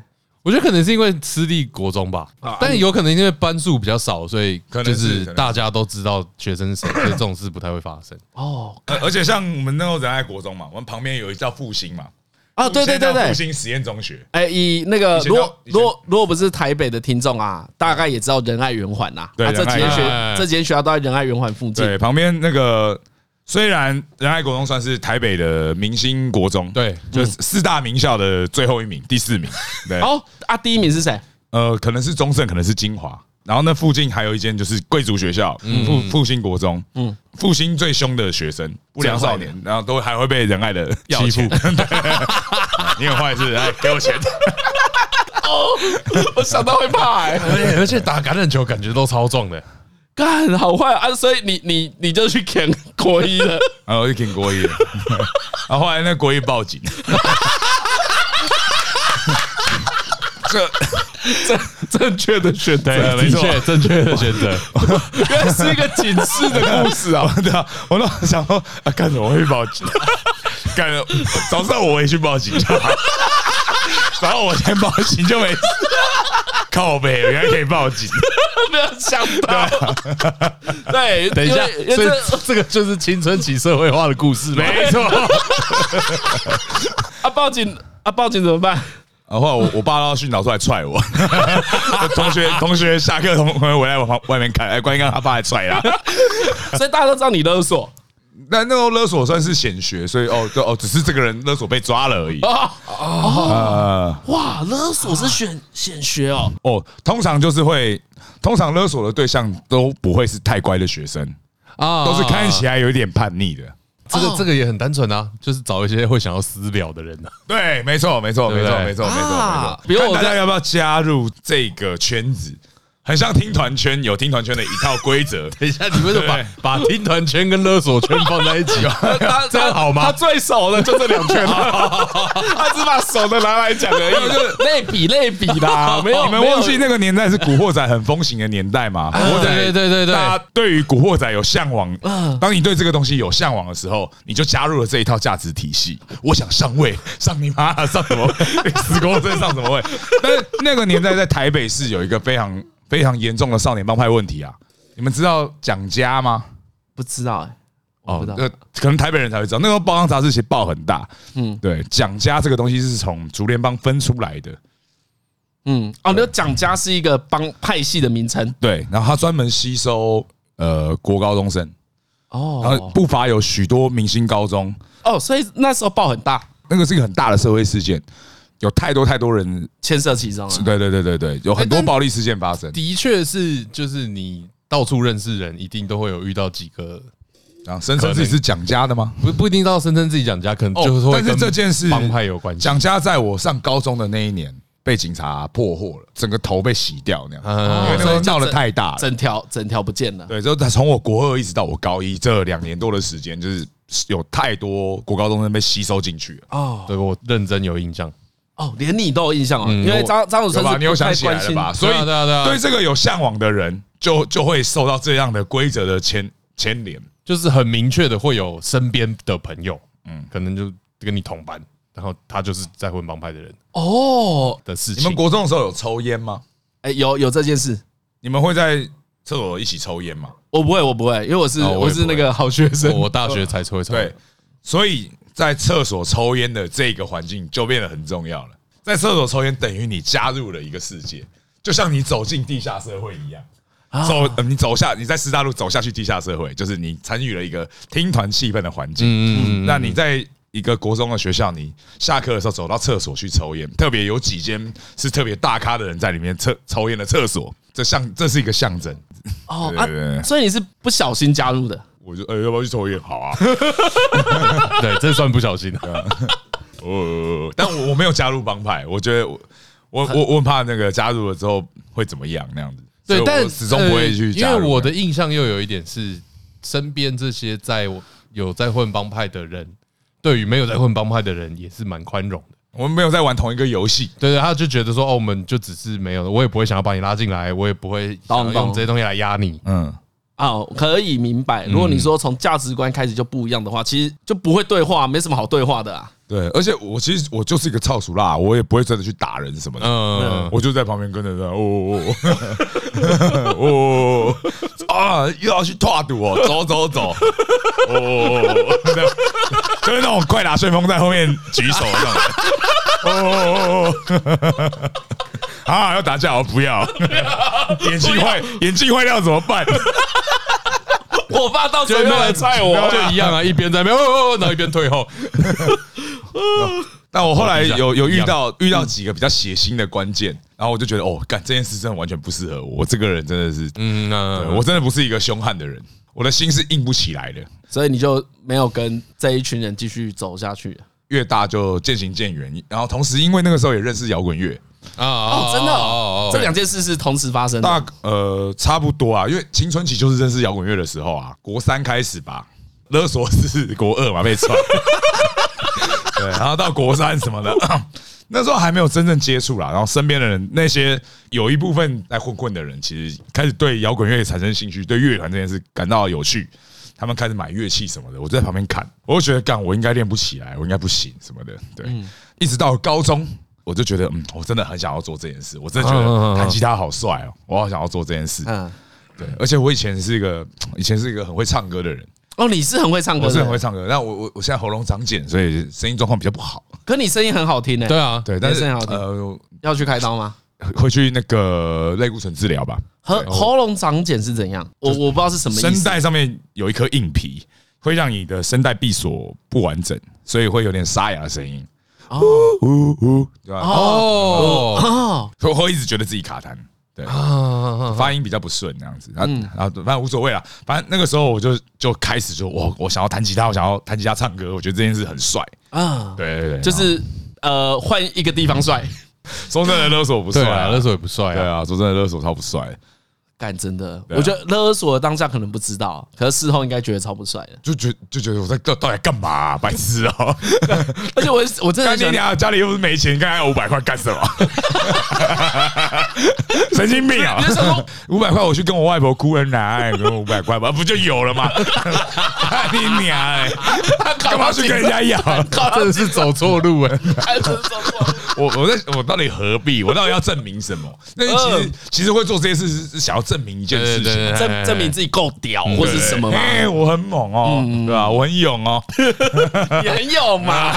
Speaker 2: 我觉得可能是因为私立国中吧，
Speaker 1: 啊
Speaker 2: 但有可能因为班数比较少，所以
Speaker 4: 可能
Speaker 2: 就是是
Speaker 4: 可能
Speaker 2: 大家都知道学生是谁，所以这种事不太会发生。
Speaker 1: 哦
Speaker 4: 呃而且像我们那时候人在国中嘛，我们旁边有一叫复兴嘛，
Speaker 1: 啊，对对对
Speaker 4: 现在叫
Speaker 1: 对
Speaker 4: 复，兴实验中学。
Speaker 1: 哎，以那个
Speaker 4: 以前
Speaker 1: 如
Speaker 4: 叫
Speaker 1: 果
Speaker 4: 以前
Speaker 1: 如果如果不是台北的听众啊，大概也知道仁爱圆环呐，
Speaker 4: 对
Speaker 1: 啊，这几
Speaker 4: 仁
Speaker 1: 间
Speaker 2: 哎哎
Speaker 4: 爱
Speaker 1: 学
Speaker 2: 哎
Speaker 1: 这几间学校都在仁爱圆环附近。
Speaker 4: 对，旁边那个虽然仁爱国中算是台北的明星国中，，
Speaker 2: 对，
Speaker 4: 就是四大名校的最后一名，第 四名。对，
Speaker 1: 哦啊，第一名是谁？
Speaker 4: 呃，可能是中正，可能是金华。然后那附近还有一间就是贵族学校，复复兴国中，嗯，复兴最凶的学生，不良少年，然后都还会被仁爱的欺负。 对你很坏是不是？哎，给我钱。
Speaker 1: 我想到会怕哎，
Speaker 2: 而且而且打橄榄球感觉都超壮的，
Speaker 1: 干好坏啊！所以你你你就去啃国一了，
Speaker 4: 然啊后我就挺国 啊一的，然后后来那国一报警，这
Speaker 1: 正确的选择，
Speaker 4: 对
Speaker 2: 的
Speaker 4: 没错
Speaker 2: 确正确的选择。
Speaker 1: 原来是一个警示的故事。
Speaker 4: 是啊，对啊，我那时候想说啊，干什么会报警？ 干了早上我也去报警就好，然后我先报警就没事。靠背，原来可以报警。
Speaker 1: 没有想到，对，
Speaker 2: 等一下，
Speaker 1: 因为因为
Speaker 2: 所以
Speaker 1: 这
Speaker 2: 这个就是青春期社会化的故事嘛。
Speaker 4: 没错。
Speaker 1: 啊报警啊报警怎么办？
Speaker 4: 然啊后我我爸到训导出来踹我， 同学同学下课同同学回来往外面看，哎，关键他爸还踹他。
Speaker 1: 所以大家都知道你勒索
Speaker 4: 那那时候勒索算是显学，所以哦，就哦，只是这个人勒索被抓了而已。
Speaker 1: 啊！
Speaker 4: 啊。
Speaker 1: 哇，勒索是选选学哦，
Speaker 4: 哦，通常就是会，通常勒索的对象都不会是太乖的学生，
Speaker 2: 啊
Speaker 4: 都是看起来有一点叛逆的。
Speaker 2: 这
Speaker 1: 哦
Speaker 2: 个这个也很单纯啊，就是找一些会想要私了的人啊。
Speaker 4: 对，没错，没错，
Speaker 2: 对
Speaker 4: 没
Speaker 2: 不
Speaker 4: 错，
Speaker 2: 对
Speaker 4: 没错，没错
Speaker 1: 啊，比
Speaker 4: 没
Speaker 1: 如
Speaker 4: 错。看
Speaker 1: 我
Speaker 4: 大
Speaker 1: 在
Speaker 4: 家要不要加入这个圈子？很像听团圈，有听团圈的一套规 则。
Speaker 2: 等一下，你为什么 把把听团圈跟勒索圈放在一起啊？这样好
Speaker 1: 他
Speaker 2: 吗？
Speaker 1: 最熟的就这两圈啊了，
Speaker 4: 他只把手的拿来讲而已。就是
Speaker 1: 类比类比 啦，没有
Speaker 4: 你们
Speaker 1: 没有
Speaker 4: 忘记那个年代是古惑仔很风行的年代嘛？古惑仔，
Speaker 2: 对对对对
Speaker 4: 大家对于古惑仔有向往，当你对这个东西有向往的时候，你就加入了这一套价值体系。我想上位，上你妈，上什么 位？死公真上什么位？但是那个年代在台北市有一个非常非常严重的少年帮派问题啊！你们知道蒋家吗？
Speaker 1: 不知道哎，我不知道
Speaker 4: 呃，可能台北人才会知道，那时候报章杂志其实报很大。嗯，对，蒋家这个东西是从竹联帮分出来的。
Speaker 1: 嗯哦，那蒋家是一个帮派系的名称
Speaker 4: 对，然后他专门吸收呃国高中生，然后
Speaker 1: 哦
Speaker 4: 不乏有许多明星高中，
Speaker 1: 哦，所以那时候报很大，
Speaker 4: 那个是一个很大的社会事件，有太多太多人，
Speaker 1: 牵涉其中啊。
Speaker 4: 对对对对对，有很多暴力事件发
Speaker 1: 哎
Speaker 4: 生
Speaker 2: 的确是，就是你到处认识人，一定都会有遇到几个，
Speaker 4: 啊，声称自己是蒋家的吗？
Speaker 1: 嗯
Speaker 2: 不不一定到声称自己讲家，可能
Speaker 4: 哦
Speaker 2: 就是会
Speaker 4: 但是
Speaker 2: 跟
Speaker 4: 这件事
Speaker 2: 帮派有关系。
Speaker 4: 蒋家在我上高中的那一年，被警察破获了，整个头被洗掉那样，
Speaker 2: 嗯
Speaker 4: 因为那时候闹得太大了。
Speaker 1: 整条整条不见了。
Speaker 4: 对，之后他从我国二一直到我高一这两年多的时间，就是有太多国高中生被吸收进去了。
Speaker 1: 哦
Speaker 2: 对我认真有印象。
Speaker 1: 哦，连你都有印象哦，
Speaker 2: 嗯
Speaker 1: 因为张张汝
Speaker 4: 对
Speaker 1: 成
Speaker 4: 吧？
Speaker 1: 是
Speaker 4: 你有
Speaker 1: 不太
Speaker 4: 想起来
Speaker 1: 关
Speaker 4: 了
Speaker 1: 心
Speaker 4: 吧？所以
Speaker 2: 对啊对啊对啊
Speaker 4: 对这个有向往的人，就就会受到这样的规则的牵牵连。
Speaker 2: 就是很明确的会有身边的朋友，嗯，可能就跟你同班，然后他就是在混帮派的人
Speaker 1: 哦，
Speaker 2: 的事
Speaker 4: 你
Speaker 2: 情
Speaker 4: 们。国中的时候有抽烟吗？
Speaker 1: 哎，有有这件事，
Speaker 4: 你们会在厕所一起抽烟吗？
Speaker 1: 我不会，我不会，因为我是
Speaker 2: 哦我也
Speaker 1: 我是那个好学生
Speaker 2: 我，我大学才抽一抽，
Speaker 4: 对，所以在厕所抽烟的这个环境就变得很重要了。在厕所抽烟等于你加入了一个世界，就像你走进地下社会一样。
Speaker 2: 啊
Speaker 4: 走，呃你走下，你在师大路走下去地下社会，就是你参与了一个听团气氛的环境。
Speaker 2: 嗯，
Speaker 4: 那你在一个国中的学校，你下课的时候走到厕所去抽烟，特别有几间是特别大咖的人在里面厕抽烟的厕所，这象这是一个象征。
Speaker 1: 哦
Speaker 4: 对对
Speaker 1: 啊，
Speaker 4: 对
Speaker 1: 所以你是不小心加入的
Speaker 4: 我就呃、要不要去抽烟？好啊。
Speaker 2: 对，这算不小心啊的。
Speaker 4: 呃，但我我没有加入帮派，我觉得我我我我很怕那个加入了之后会怎么样那样子，所以
Speaker 2: 对，
Speaker 4: 我
Speaker 2: 但
Speaker 4: 始终不会
Speaker 2: 呃
Speaker 4: 去
Speaker 2: 因
Speaker 4: 加
Speaker 2: 为
Speaker 4: 入。
Speaker 2: 我的印象又有一点是，身边这些在有在混帮派的人，对于没有在混帮派的人也是蛮宽容的。
Speaker 4: 我们没有在玩同一个游戏，
Speaker 2: 对对，他就觉得说，哦，我们就只是没有，我也不会想要把你拉进来，我也不会想要
Speaker 1: 懂
Speaker 2: 用
Speaker 1: 懂
Speaker 2: 这些东西来压你。
Speaker 4: 嗯，
Speaker 1: 啊，可以明白。如果你说从价值观开始就不一样的话，其实就不会对话，没什么好对话的啊。
Speaker 4: 对，而且我其实我就是一个操鼠辣，我也不会真的去打人什么的。
Speaker 2: 嗯，
Speaker 4: 我就在旁边跟着他，哦哦哦哦哦哦啊，又要去跨赌哦，走走走，哦哦哦，哦就是那种快打旋风在后面举手那种，哦哦哦哦，啊，要打架我不要，眼镜坏眼镜坏掉怎么办？
Speaker 1: 我爸到时
Speaker 2: 就
Speaker 1: 候又
Speaker 2: 那
Speaker 1: 来踹我，
Speaker 2: 就一样啊，一边在那边，哦哦哦然后一边退后。
Speaker 4: 但我后
Speaker 2: 哦
Speaker 4: 来有有
Speaker 2: 啊一
Speaker 4: 遇
Speaker 2: 样嗯
Speaker 4: 到遇到几个比较血腥的关键，然后我就觉得哦，干这件事真的完全不适合我，我这个人真的是，
Speaker 2: 嗯，
Speaker 4: 对
Speaker 2: 那
Speaker 4: 我真的不是一个凶悍的人，我的心是硬不起来的。
Speaker 1: 所以你就没有跟这一群人继续走下去。
Speaker 4: 越大就渐行渐远，然后同时因为那个时候也认识摇滚乐，
Speaker 2: 啊哦
Speaker 1: 哦，真的
Speaker 2: 哦
Speaker 1: 哦，这两件事是同时发生的。
Speaker 4: 大呃差不多啊，因为青春期就是认识摇滚乐的时候啊，国三开始吧，勒索是国二嘛被踹， 对，然后到国三什么的，那时候还没有真正接触啦，然后身边的人那些有一部分在混混的人，其实开始对摇滚乐产生兴趣，对乐团这件事感到有趣。他们开始买乐器什么的，我就在旁边看，我就觉得干，我应该练不起来，我应该不行什么的。对，一直到高中，我就觉得，嗯，我真的很想要做这件事，我真的觉
Speaker 2: 嗯嗯嗯嗯
Speaker 4: 得弹吉他好帅哦，我好想要做这件事。
Speaker 1: 嗯，
Speaker 4: 对，而且我以前是一个，以前是一个很会唱歌的人，
Speaker 1: 哦，你是很会唱歌，
Speaker 4: 我是很
Speaker 1: 对不
Speaker 4: 会
Speaker 1: 对，
Speaker 4: 唱歌，但我我我现在喉咙长茧，所以声音状况比较不好。
Speaker 1: 可你声音很好听诶。
Speaker 2: 对啊，
Speaker 4: 对，但是
Speaker 1: 声音好听
Speaker 4: 呃，
Speaker 1: 要去开刀吗？
Speaker 4: 会去那个类固醇治疗吧，
Speaker 1: 喉喉咙长茧是怎样？我我不知道是什么意
Speaker 4: 声
Speaker 1: 思。
Speaker 4: 带上面有一颗硬皮，会让你的声带闭锁不完整，所以会有点沙哑的声音。
Speaker 1: 哦
Speaker 4: 呜呜，对吧？
Speaker 2: 哦
Speaker 1: 哦，
Speaker 4: 我会一直觉得自己卡痰，对，
Speaker 2: 啊，嗯
Speaker 4: 发音比较不顺那样子。然后，然后反正无所谓啦，反正那个时候我就就开始就我我想要弹吉他，我想要弹吉他唱歌，我觉得这件事很帅。
Speaker 1: 啊，
Speaker 4: 对对对，
Speaker 1: 就是呃，换一个地方帅，
Speaker 4: 说真的，勒索不帅
Speaker 2: 对啊，勒
Speaker 4: 索
Speaker 2: 索也不帅
Speaker 4: 对
Speaker 2: 啊，
Speaker 4: 啊，说真的，勒索超不帅，
Speaker 1: 干真的，
Speaker 4: 对啊
Speaker 1: 我觉得勒索当下可能不知道，可是事后应该觉得超不帅的。
Speaker 4: 就觉就觉得我在到到底干嘛啊，白痴哦！
Speaker 1: 而且我我真的
Speaker 4: 干
Speaker 1: 很喜
Speaker 4: 你
Speaker 1: 欢
Speaker 4: 娘！家里又不是没钱，刚才五百块干什么？ 神经病啊！五百块我去跟我外婆哭人拿，哎给我五百块吧，不就有了吗？ 干你娘！哎 干嘛去跟人家要？
Speaker 2: 真的是走错路哎，
Speaker 1: 看这种话
Speaker 4: 我我在我到底何必？我到底要证明什么？那其实
Speaker 1: 嗯
Speaker 4: 其实会做这些事是是想要证明一件事情。
Speaker 1: 证证明自己够屌
Speaker 2: 嗯
Speaker 1: 或是什么嘛，嗯
Speaker 4: 哎，我很猛哦，对吧？我很勇哦。
Speaker 2: 哎
Speaker 1: 也很有 嘛。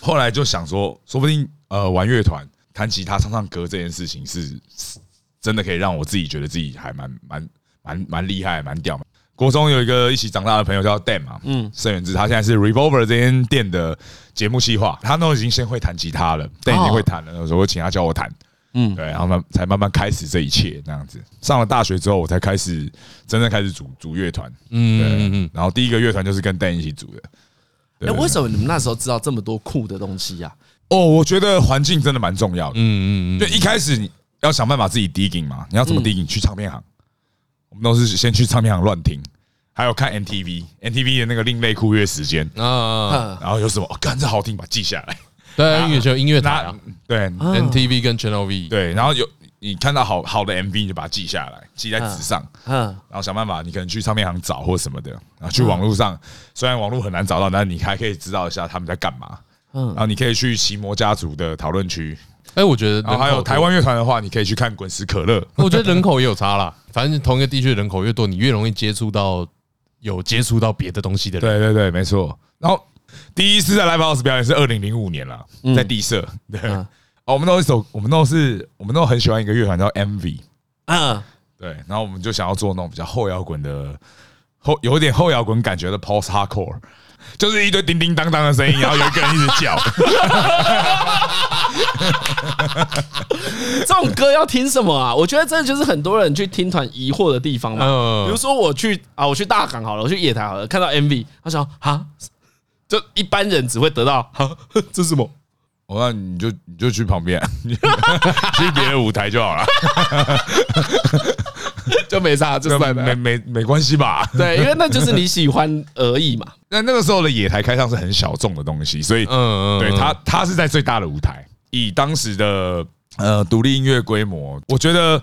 Speaker 4: 后来就想说，说不定呃，玩乐团、弹吉他、唱唱歌这件事情是，是真的可以让我自己觉得自己还蛮蛮蛮蛮厉害、蛮屌。国中有一个一起长大的朋友叫 Dan 嘛，嗯，盛元志，他现在是 Revolver 这间店的节目企划，他那时候已经先会弹吉他了，Dan 已经会弹了，那时候我请他教我弹，哦嗯，对，然后慢才慢慢开始这一切那样子。上了大学之后，我才开始真正开始组组乐团，
Speaker 2: 嗯嗯
Speaker 4: 嗯，然后第一个乐团就是跟 Dan 一起组的，
Speaker 1: 哎，为什么你们那时候知道这么多酷的东西呀？
Speaker 4: 哦，我觉得环境真的蛮重要的。
Speaker 2: 嗯嗯嗯
Speaker 4: 就一开始你要想办法自己 digging 嘛，你要怎么 digging？去唱片行，我们都是先去唱片行乱听，还有看 NTV，NTV 的那个另类酷乐时间，
Speaker 2: 嗯啊，
Speaker 1: 嗯
Speaker 4: 然后有什么，哦干、这好听，把它记下来。
Speaker 2: 对，音乐就音乐台
Speaker 4: 那
Speaker 2: 啊
Speaker 4: 对
Speaker 2: ，NTV 跟 Channel V，
Speaker 4: 对，然后有你看到好好的 MV，你就把它记下来，记在纸上，
Speaker 2: 啊
Speaker 1: 嗯，
Speaker 4: 然后想办法，你可能去唱片行找或什么的，然后去网络
Speaker 2: 啊
Speaker 4: 上，虽然网络很难找到，但你还可以知道一下他们在干嘛。嗯，然后你可以去奇摩家族的讨论区，
Speaker 2: 哎，我觉得
Speaker 4: 然后啊还有
Speaker 2: 人口
Speaker 4: 台湾乐团的话，你可以去看滚石可乐。
Speaker 2: 我觉得人口也有差啦，反正同一个地区的人口越多，你越容易接触到有接触到别的东西的人。
Speaker 4: 对对对，没错。然后第一次在 Live House 表演是二零零五年了，
Speaker 2: 嗯
Speaker 4: 在地社。对，哦，我们都有一首，我们都是，我们都很喜欢一个乐团叫 MV。
Speaker 1: 嗯，
Speaker 4: 对，然后我们就想要做那种比较后摇滚的后，有点后摇滚感觉的 post hardcore，就是一堆叮叮当当的声音，然后有一个人一直 叫。
Speaker 1: 这种歌要听什么啊？我觉得这就是很多人去听团疑惑的地方嘛。比如
Speaker 2: 嗯，
Speaker 1: 说我去啊，我去大港好了，我去野台好了，看到 MV，他想哈，就一般人只会得到哈， 这是什么？
Speaker 4: 我哦那你就你就去 旁边，你去别的舞台就好了，
Speaker 1: 就没啥，就是拜
Speaker 4: 没
Speaker 1: 拜。
Speaker 4: 没没关系吧？
Speaker 1: 对，因为那就是你喜欢而已嘛。
Speaker 4: 那那个时候的野台开唱是很小众的东西，所以
Speaker 2: 嗯嗯，
Speaker 4: 对
Speaker 2: 嗯
Speaker 4: 他，他是在最大的舞台，以当时的呃独立音乐规模，我觉得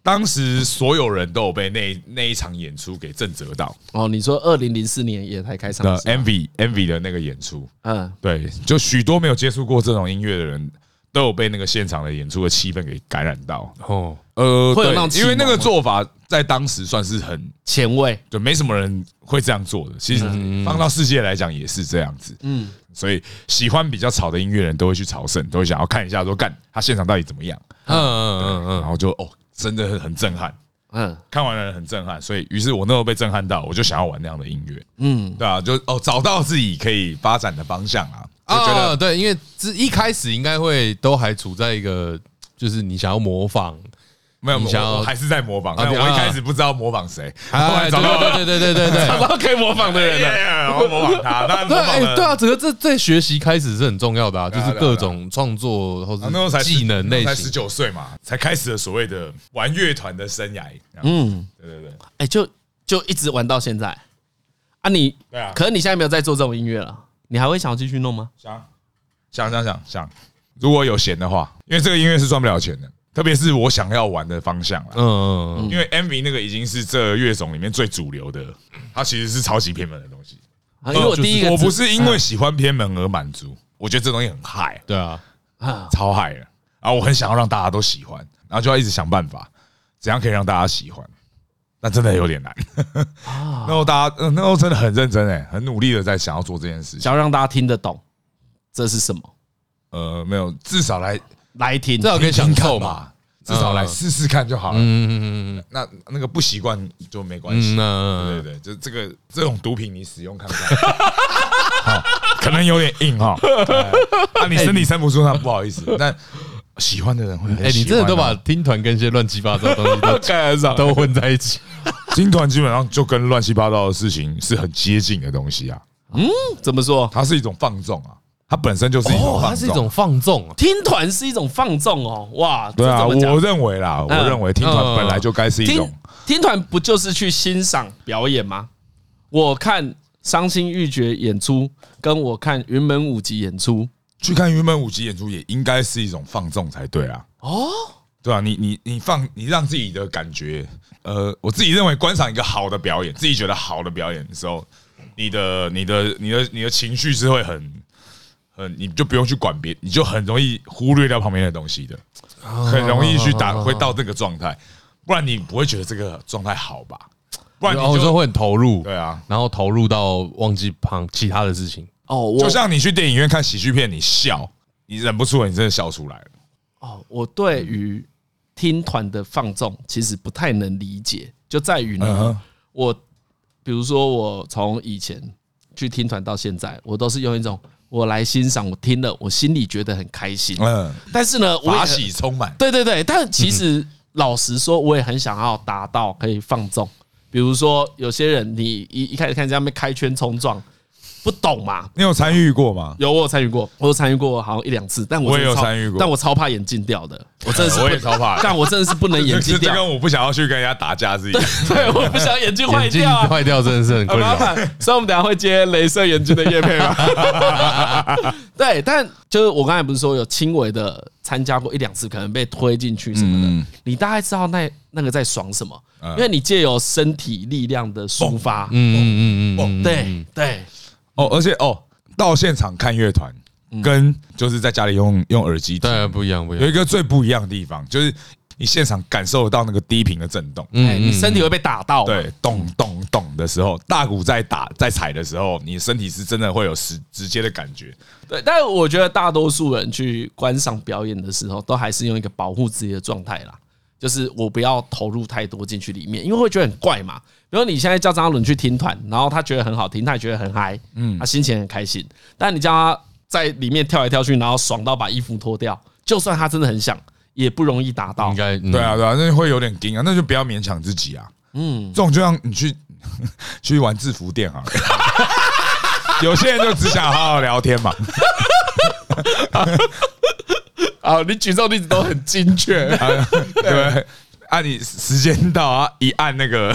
Speaker 4: 当时所有人都有被那那一场演出给震慑到
Speaker 1: 哦，你说二零零四年野台开唱
Speaker 4: 的
Speaker 1: 的时
Speaker 2: 啊
Speaker 1: 候
Speaker 4: MV MV 的那个演出，
Speaker 1: 嗯，
Speaker 4: 对，就许多没有接触过这种音乐的人。都有被那个现场的演出的气氛给感染到，
Speaker 2: 哦，
Speaker 4: 呃，
Speaker 1: 会有
Speaker 4: 对
Speaker 1: 那种启
Speaker 4: 因为那
Speaker 1: 蒙
Speaker 4: 个
Speaker 1: 吗
Speaker 4: 做法在当时算是很
Speaker 1: 前卫，
Speaker 4: 就没什么人会这样做的。其实
Speaker 2: 嗯
Speaker 4: 放到世界来讲也是这样子，嗯，所以喜欢比较吵的音乐人都会去朝圣，都会想要看一下说干他现场到底怎么样，
Speaker 2: 嗯嗯嗯
Speaker 4: 然
Speaker 2: 嗯，
Speaker 4: 后就哦，真的很很震撼。
Speaker 1: 嗯
Speaker 4: 看完了很震撼，所以于是我那时候被震撼到，我就想要玩那样的音乐，
Speaker 1: 嗯，
Speaker 4: 对啊，就哦找到自己可以发展的方向啊，我觉
Speaker 2: 啊，
Speaker 4: 得
Speaker 2: 对，因为之一开始应该会都还处在一个就是你想要模仿，
Speaker 4: 没有，
Speaker 2: 你想要
Speaker 4: 我我还是在模仿，
Speaker 2: 啊
Speaker 4: 但我一
Speaker 2: 啊
Speaker 4: 开始不知道模仿谁，后来
Speaker 2: 哎，
Speaker 4: 找
Speaker 2: 对
Speaker 4: 到了
Speaker 2: 对对对对对
Speaker 1: 找
Speaker 2: 对。
Speaker 1: 到可以模仿的人 了。
Speaker 4: Yeah，然后模仿他，当然
Speaker 2: 对，
Speaker 4: 模仿
Speaker 2: 哎，
Speaker 4: 了
Speaker 2: 对啊，整个这这学习开始是很重要的啊，就
Speaker 4: 对啊
Speaker 2: 是
Speaker 4: 对啊
Speaker 2: 各种创作或
Speaker 4: 啊那时候才
Speaker 2: 者
Speaker 4: 十
Speaker 2: 技能类
Speaker 4: 才十
Speaker 2: 型。
Speaker 4: 九岁嘛，才开始了所谓的玩乐团的生涯。嗯，
Speaker 1: 嗯，
Speaker 4: 对对对，
Speaker 1: 哎，就就一直玩到现在啊你！
Speaker 4: 对啊
Speaker 1: 可是你现在没有在做这种音乐了，你还会想要继续弄吗？
Speaker 4: 想想想想想，如果有闲的话，因为这个音乐是赚不了钱的，特别是我想要玩的方向啦。
Speaker 2: 嗯嗯，嗯
Speaker 4: 因为 MV 那个已经是这乐种里面最主流的，它其实是超级偏门的东西。
Speaker 1: 啊，因为我第一个
Speaker 4: 我
Speaker 1: 知
Speaker 4: 不哦是因为喜欢偏门而满足，我觉得这东西很嗨，
Speaker 2: 对啊，
Speaker 1: 啊，
Speaker 4: 超嗨的。啊，我很想要让大家都喜欢，然后就要一直想办法，怎样可以让大家喜欢。那真的有点难。
Speaker 2: 啊
Speaker 4: 那时候大家，呃那时候真的很认真哎、很努力的在想要做这件事情。
Speaker 1: 想要让大家听得懂这是什么，
Speaker 4: 呃，没有，至少来
Speaker 1: 来听
Speaker 2: 至。少可以享
Speaker 4: 听看
Speaker 2: 受嘛。
Speaker 4: 嘛，至少来试试看就好了。
Speaker 2: 嗯嗯嗯嗯
Speaker 4: 那那个不习惯就没关
Speaker 2: 嗯，。
Speaker 4: 系
Speaker 2: 那
Speaker 4: 对对对，就这个这种毒品你使用看 看，好可能有点硬哈。那你身体撑不住，那不好意思。 但喜欢的人会
Speaker 2: 哎、
Speaker 4: 很喜欢啊。
Speaker 2: 你真的都把听团跟一些乱七八糟的 东西都都混在一 起。
Speaker 4: 金团基本上就跟乱七八糟的事情是很接近的东西啊，
Speaker 1: 怎么说？
Speaker 4: 它是一种放纵啊，它本身就是一种
Speaker 2: 哦它
Speaker 4: 哦放
Speaker 2: 是一
Speaker 4: 纵
Speaker 2: 种。放 纵啊。
Speaker 1: 听团是一种放纵哦，哇，
Speaker 4: 对
Speaker 1: 这
Speaker 4: 啊，
Speaker 1: 怎么讲
Speaker 4: 我认为啦，我
Speaker 1: 嗯
Speaker 4: 认为听团
Speaker 2: 嗯
Speaker 4: 本来就该是一种
Speaker 1: 听听团不就是去欣赏表演吗？我看伤心欲绝演出，跟我看云门舞集演出，
Speaker 4: 去看云门舞集演出也应该是一种放纵才对啊。哦，对啊，你你你放你让自己的感觉，呃，我自己认为观赏一个好的表演，自己觉得好的表演的时候，你的你的你的你的情绪是会很很，你就不用去管别，你就很容易忽略掉旁边的东西的，很容易去打会到这个状态，不然你不会觉得这个状态好吧？不然
Speaker 2: 然
Speaker 1: 哦
Speaker 4: 你
Speaker 2: 后就
Speaker 4: 就
Speaker 2: 会很投入，
Speaker 4: 对啊，
Speaker 2: 然后投入到忘记旁其他的事情。
Speaker 1: 哦，我
Speaker 4: 就像你去电影院看喜剧片，你笑，你忍不住了，你真的笑出来了。
Speaker 1: 哦，我
Speaker 4: 嗯
Speaker 1: 对于听团的放纵其实不太能理解，就在于
Speaker 4: 嗯
Speaker 1: 呢
Speaker 4: 哼，
Speaker 1: 我比如说我从以前去听团到现在，我都是用一种我来欣赏，我听了我心里觉得很开心，
Speaker 4: 嗯，
Speaker 1: 但是呢，我也
Speaker 4: 法
Speaker 1: 很
Speaker 4: 喜嗯充满。
Speaker 1: 对对对，但其实老实说，我也很想要达到可以放纵。比如说，有些人你一一开始看人家被开圈冲撞，不懂嘛。
Speaker 4: 你有参与过吗？
Speaker 1: 有我有参与过，我有参与过好像一两次，但我
Speaker 4: 我也
Speaker 1: 真的
Speaker 4: 有
Speaker 1: 超
Speaker 4: 参与过
Speaker 1: 但我超怕眼镜掉的，我真的是
Speaker 4: 我也超怕的
Speaker 1: 但我真的是不能眼
Speaker 4: 这
Speaker 1: 镜
Speaker 4: 这
Speaker 1: 掉，
Speaker 4: 跟我不想要去跟人家打架是一样。
Speaker 1: 对，我不想眼镜坏
Speaker 2: 眼睛
Speaker 1: 掉啊，
Speaker 2: 坏掉真的是很
Speaker 1: 很
Speaker 2: 困
Speaker 1: 麻
Speaker 2: 扰。
Speaker 1: 烦，所以我们等一下会接镭射眼镜的叶配吗？ 对，但就是我刚才不是说有轻微的参加过一两次，可能被推进去什么的，
Speaker 4: 嗯
Speaker 1: 你大概知道那那个在爽什么，
Speaker 4: 嗯
Speaker 1: 因为你借由身体力量的抒发，
Speaker 2: 嗯嗯嗯嗯，
Speaker 1: 对对，
Speaker 4: 哦，而且哦，到现场看乐团
Speaker 1: 嗯
Speaker 4: 跟就是在家里用用耳机听
Speaker 2: 当然不一样，不一
Speaker 4: 有
Speaker 2: 样。
Speaker 4: 一个最不一样的地方，就是你现场感受到那个低频的震动。
Speaker 1: 哎，你身体会被打到，，
Speaker 4: 嗯对，咚咚咚的时候，大鼓在打在踩的时候，你身体是真的会有直直接的感觉。
Speaker 1: 对，但我觉得大多数人去观赏表演的时候，都还是用一个保护自己的状态啦，就是我不要投入太多进去里面，因为会觉得很怪嘛。比如你现在叫张嘉伦去听团，然后他觉得很好听，他也觉得很嗨，嗯，他心情很开心。但你叫他在里面跳来跳去，然后爽到把衣服脱掉，就算他真的很想，也不容易达到
Speaker 2: 应。该嗯
Speaker 1: 嗯
Speaker 4: 对，啊，对啊，那会有点惊啊，那就不要勉强自己啊。嗯，这种就像你去 去玩制服店好了。 有些人就只想好好聊天嘛，
Speaker 1: 啊，你举这种例子都很精确。
Speaker 4: 对不对？按你时间到啊，一按那 个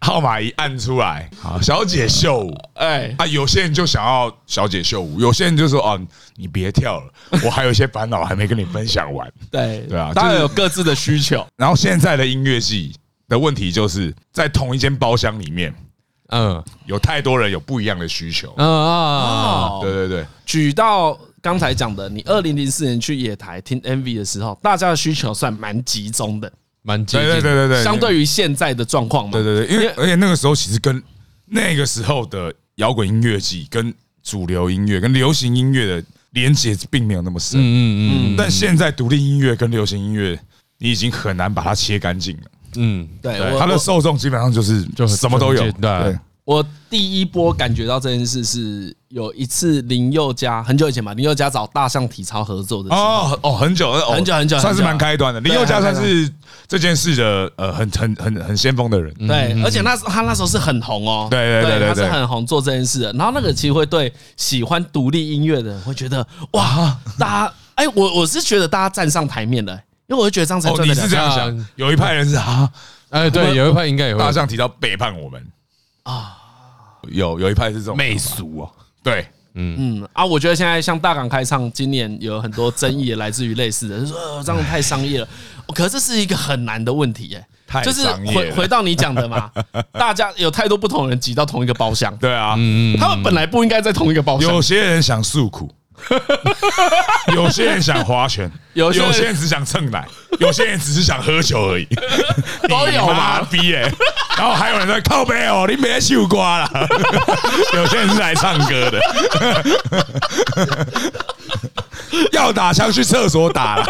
Speaker 4: 号码一按出来，好，小姐秀舞。
Speaker 1: 哎，
Speaker 4: 啊，有些人就想要小姐秀舞，有些人就说哦，你别跳了，我还有一些烦恼还没跟你分享完。
Speaker 1: 对
Speaker 4: 对啊
Speaker 1: 当
Speaker 4: 就
Speaker 1: 然
Speaker 4: 是
Speaker 1: 有各自的需求。
Speaker 4: 然后现在的音乐系的问题就是在同一间包厢里面，
Speaker 2: 嗯
Speaker 4: 有太多人有不一样的需求。
Speaker 2: 嗯啊，
Speaker 4: 对对对，
Speaker 1: 举到刚才讲的，你二零零四年去野台听 MV 的时候，大家的需求算蛮集中的，
Speaker 2: 蛮接
Speaker 4: 对
Speaker 2: 近。
Speaker 4: 对对对对，
Speaker 1: 相对于现在的状况嘛。
Speaker 4: 对对对，因为
Speaker 1: 因为
Speaker 4: 而且那个时候其实跟那个时候的摇滚音乐季、跟主流音乐、跟流行音乐的连接并没有那么深。
Speaker 2: 嗯嗯
Speaker 4: 但现在独立音乐跟流行音乐，你已经很难把它切干净了。
Speaker 2: 嗯
Speaker 1: 对
Speaker 4: 对，
Speaker 1: 哎我
Speaker 4: 它的受众基本上就是
Speaker 2: 就很
Speaker 4: 什么都有
Speaker 2: 很。简单
Speaker 4: 对，
Speaker 1: 我我第一波感觉到这件事是有一次林宥嘉很久以前吧，林宥嘉找大象体操合作的时候，
Speaker 4: 哦哦，很久哦
Speaker 1: 很久很久
Speaker 4: 算
Speaker 1: 很
Speaker 4: 是
Speaker 1: 久
Speaker 4: 蛮开端的。林宥嘉算是这件事的呃很很很很先锋的人。
Speaker 1: 对，而且那时候他那时候是很红哦，
Speaker 4: 嗯对对对对
Speaker 1: 他是
Speaker 4: 对
Speaker 1: 很红做这件事的。然后那个其实会对喜欢独立音乐的人会觉得
Speaker 4: 啊
Speaker 1: 哇，大家哎，我我是觉得大家站上台面了，因为我就觉得这样才
Speaker 4: 哦，
Speaker 1: 赚
Speaker 4: 你
Speaker 1: 得
Speaker 4: 是
Speaker 1: 了
Speaker 4: 这
Speaker 1: 钱
Speaker 4: 样想，有一派人是啊，
Speaker 2: 哎，对，有一派应该也会
Speaker 4: 大象提到背叛我们啊，有有一派是这种
Speaker 2: 媚俗哦，
Speaker 4: 对。
Speaker 1: 嗯啊，我觉得现在像大港开唱，今年有很多争议，也来自于类似的，就是说、呃、这样太商业了。哦可是这是一个很难的问题耶、
Speaker 4: 太
Speaker 1: 就是
Speaker 4: 商业
Speaker 1: 回
Speaker 4: 了
Speaker 1: 回到你讲的嘛，大家有太多不同人挤到同一个包厢，
Speaker 4: 对啊，
Speaker 2: 嗯
Speaker 1: 他们本来不应该在同一个包厢
Speaker 4: 有。些人想诉苦， 有些人想划拳，
Speaker 1: 有些人
Speaker 4: 有些人只想蹭奶，有些人只是想喝酒而已，
Speaker 1: 都有啊吧
Speaker 4: 吧？逼耶！然后还有人在靠背哦，你别秀瓜 了。有些人是来唱歌的，要打枪去厕所打了。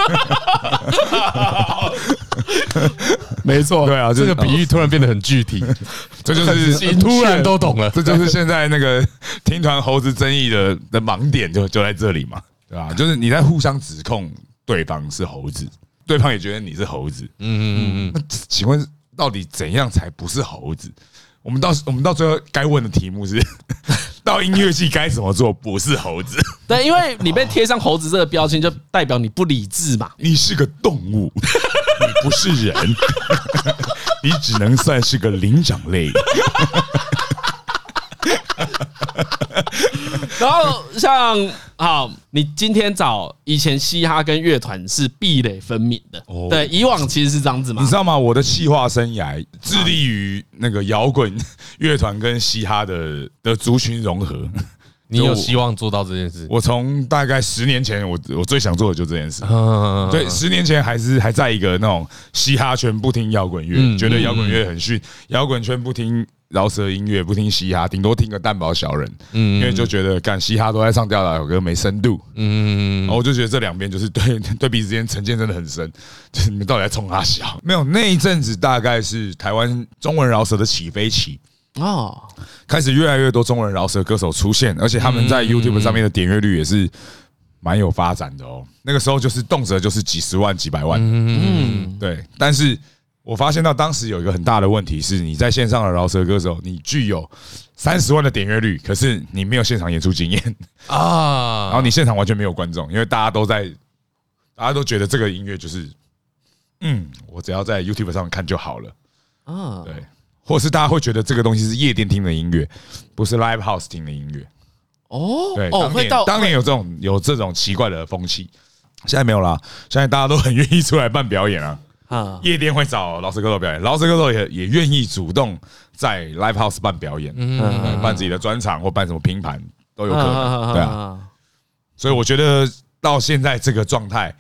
Speaker 2: 没错
Speaker 4: 对啊就
Speaker 2: 这
Speaker 4: 是
Speaker 2: 个比喻突然变得很具体，
Speaker 4: 这就是
Speaker 2: 突然都懂 了。
Speaker 4: 这就是现在那个听团猴子争议的的盲点就，就在这里嘛，对吧、就是你在互相指控对方是猴子，对方也觉得你是猴子。嗯嗯嗯嗯。那请问到底怎样才不是猴子？我们到我们到最后该问的题目是： 到音乐系该怎么做不是猴子？
Speaker 1: 对，因为你被贴上猴子这个标签，就代表你不理智嘛。
Speaker 4: 你是个动物，你不是人， 你只能算是个灵长类。
Speaker 1: 然后像好，你今天找以前嘻哈跟乐团是壁垒分明的，对，以往其实是这样子嘛
Speaker 4: 哦你知。道吗？我的企划生涯致力于那个摇滚乐团跟嘻哈的的族群融合。
Speaker 2: 你有希望做到这件事？
Speaker 4: 我从大概十年前，我我最想做的就这件事。
Speaker 2: 嗯，
Speaker 4: 对，十年前还是还在一个那种嘻哈圈不听摇滚乐，觉得摇滚乐很逊，摇滚圈不听饶舌音乐，不听嘻哈，顶多听个蛋堡小人，因为就觉得干嘻哈都在唱吊打有歌没深度，
Speaker 2: 嗯
Speaker 4: 然后我就觉得这两边就是对 对彼此之间成见真的很深，就是你们到底在冲他笑？没有那一阵子大概是台湾中文饶舌的起飞期，
Speaker 1: 哦，
Speaker 4: 开始越来越多中文饶舌歌手出现，而且他们在 YouTube 上面的点阅率也是蛮有发展的哦。那个时候就是动辄就是几十万、几百万，嗯，对。但是我发现到当时有一个很大的问题是，你在线上的饶舌歌手，你具有三十万的点阅率，可是你没有现场演出经验，
Speaker 2: 啊，
Speaker 4: 然后你现场完全没有观众，因为大家都在，大家都觉得这个音乐就是，嗯，我只要在 YouTube 上看就好了，
Speaker 1: 啊，
Speaker 4: 对，或是大家会觉得这个东西是夜店听的音乐，不是 Live House 听的音乐，
Speaker 1: 哦
Speaker 4: 对，，
Speaker 1: 哦，
Speaker 4: 当
Speaker 1: 会
Speaker 4: 年
Speaker 1: 到
Speaker 4: 当年有这种有这种奇怪的风气，现在没有啦，现在大家都很愿意出来办表演啊。
Speaker 1: 啊，
Speaker 4: 夜店会找老师歌手表演，老师歌手也也愿意主动在 live house 办表演，
Speaker 1: 嗯
Speaker 4: 嗯，办自己的专场或办什么拼盘都有可能，对啊。
Speaker 1: 啊，
Speaker 4: 所以我觉得到现在这个状态，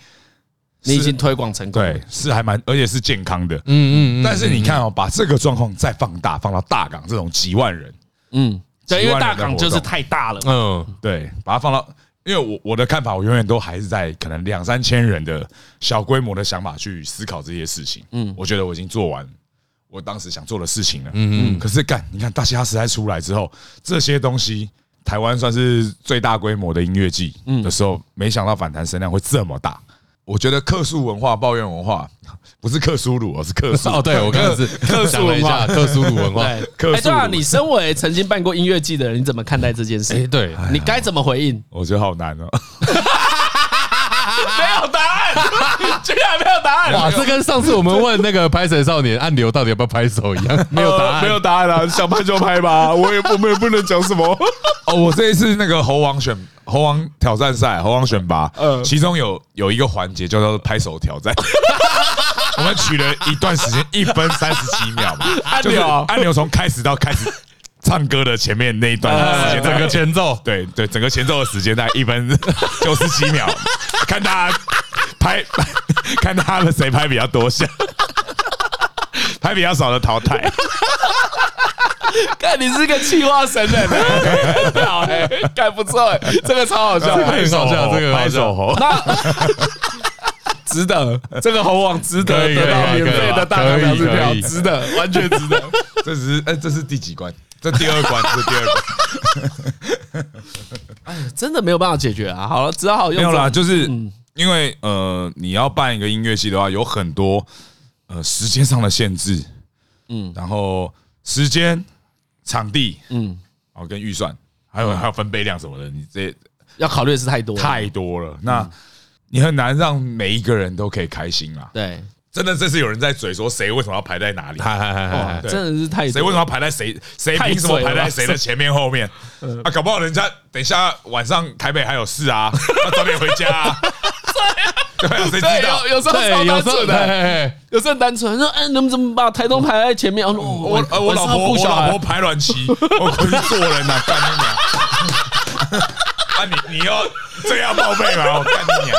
Speaker 1: 你已
Speaker 4: 是
Speaker 1: 经推广成功了，
Speaker 4: 对是还蛮，而且是健康的。
Speaker 2: 嗯嗯嗯，
Speaker 4: 但是你看哦，把这个状况再放大，放到大港这种几万人，
Speaker 1: 嗯，对，因为
Speaker 4: 10万人的
Speaker 1: 大港就是
Speaker 4: 活动
Speaker 1: 太大了，
Speaker 2: 嗯，
Speaker 4: 对，把它放到，因为我我的看法，我永远都还是在可能两三千人的小规模的想法去思考这些事情。嗯，我觉得我已经做完我当时想做的事情了。嗯嗯。可是干，你看大嘻哈时代出来之后，这些东西，台湾算是最大规模的音乐季
Speaker 2: 嗯
Speaker 4: 的时候，没想到反弹声量会这么大。我觉得客诉文化、抱怨文化，不是克苏鲁，而是客诉。
Speaker 2: 哦， 对我刚刚是
Speaker 4: 克
Speaker 2: 讲
Speaker 4: 苏
Speaker 2: 了一
Speaker 4: 文
Speaker 2: 下
Speaker 4: 化，
Speaker 2: 克苏鲁文化，
Speaker 1: 对，
Speaker 4: 克
Speaker 1: 哎，对啊，
Speaker 4: 数
Speaker 1: 你身为曾经办过音乐季的人，你怎么看待这件
Speaker 2: 哎，
Speaker 1: 事？
Speaker 2: 对，
Speaker 1: 你该怎么回应？
Speaker 4: 我觉得好难哦。
Speaker 1: 没有答案，居然没有答案
Speaker 2: 哇，这跟上次我们问那个拍谁少年按钮到底要不要拍手一样，没有答
Speaker 4: 呃
Speaker 2: 案
Speaker 4: 没，有答案 啊，想拍就拍 吧，我也我们也不能讲什么。 哦，我这一次那个猴王选猴王挑战赛，猴王选拔，其中有有一个环节叫做拍手挑战。 我们取了一段时间，一分三十几秒嘛，
Speaker 1: 按
Speaker 4: 就是
Speaker 1: 钮
Speaker 4: 按钮啊从开始到开始唱歌的前面那一段时间，呃整个前奏，对对，整个前奏的时间大概一 分九十几秒，看大家拍，看他们谁拍比较多下， 拍比较少的淘汰。
Speaker 1: 看你是个气化神人、欸，很好哎、欸，干不错哎、欸，这个超好笑。
Speaker 2: 拍手猴这个
Speaker 4: 拍手猴，
Speaker 1: 那值得，这个猴王值
Speaker 2: 可
Speaker 1: 得
Speaker 2: 以
Speaker 1: 得到
Speaker 2: 可以
Speaker 1: 免费
Speaker 2: 可以
Speaker 1: 的大港表支
Speaker 2: 可
Speaker 1: 票
Speaker 2: 以，
Speaker 1: 值得，完全值得。
Speaker 4: 这只是哎，这是第几关？这第二关，这第二关
Speaker 1: 真的没有办法解决啊！好了，只好用
Speaker 4: 没有啦，
Speaker 1: 这种嗯
Speaker 4: 就是因为呃，你要办一个音乐系的话，有很多呃时间上的限制，嗯，然后时间、场地，嗯，然后跟预算，还
Speaker 1: 嗯
Speaker 4: 有还有分配量什么的，你这
Speaker 1: 要考虑的事太多了，
Speaker 4: 太多
Speaker 1: 嗯
Speaker 4: 了，那你很难让每一个人都可以开心啦。
Speaker 1: 对，
Speaker 4: 真的，这是有人在嘴说谁为什么要排在哪里？
Speaker 2: 嗨嗨嗨嗨
Speaker 1: 哇
Speaker 2: 嗨，
Speaker 1: 真的是太
Speaker 4: 谁
Speaker 1: 多
Speaker 4: 为什
Speaker 1: 了
Speaker 4: 么要排在谁？谁
Speaker 1: 太
Speaker 4: 凭什么
Speaker 1: 嘴了
Speaker 4: 排在
Speaker 1: 吧嗯
Speaker 4: 谁的前面 后面？啊，搞不好人家等一下晚上台北还有事啊，要早点回家 啊。对啊，谁知道
Speaker 1: 对，？有有时候
Speaker 2: 对，有
Speaker 1: 超单
Speaker 2: 时候
Speaker 1: 纯
Speaker 2: 嘿
Speaker 1: 的，
Speaker 2: 嘿嘿
Speaker 1: 有时候很单纯说，哎，你们怎么把台东排在前面？哦
Speaker 4: 我
Speaker 1: 我
Speaker 4: 呃，我老婆，我老婆排卵期，我可是做人呐，干你娘！ 啊，你你要这样报备吗？我干你娘！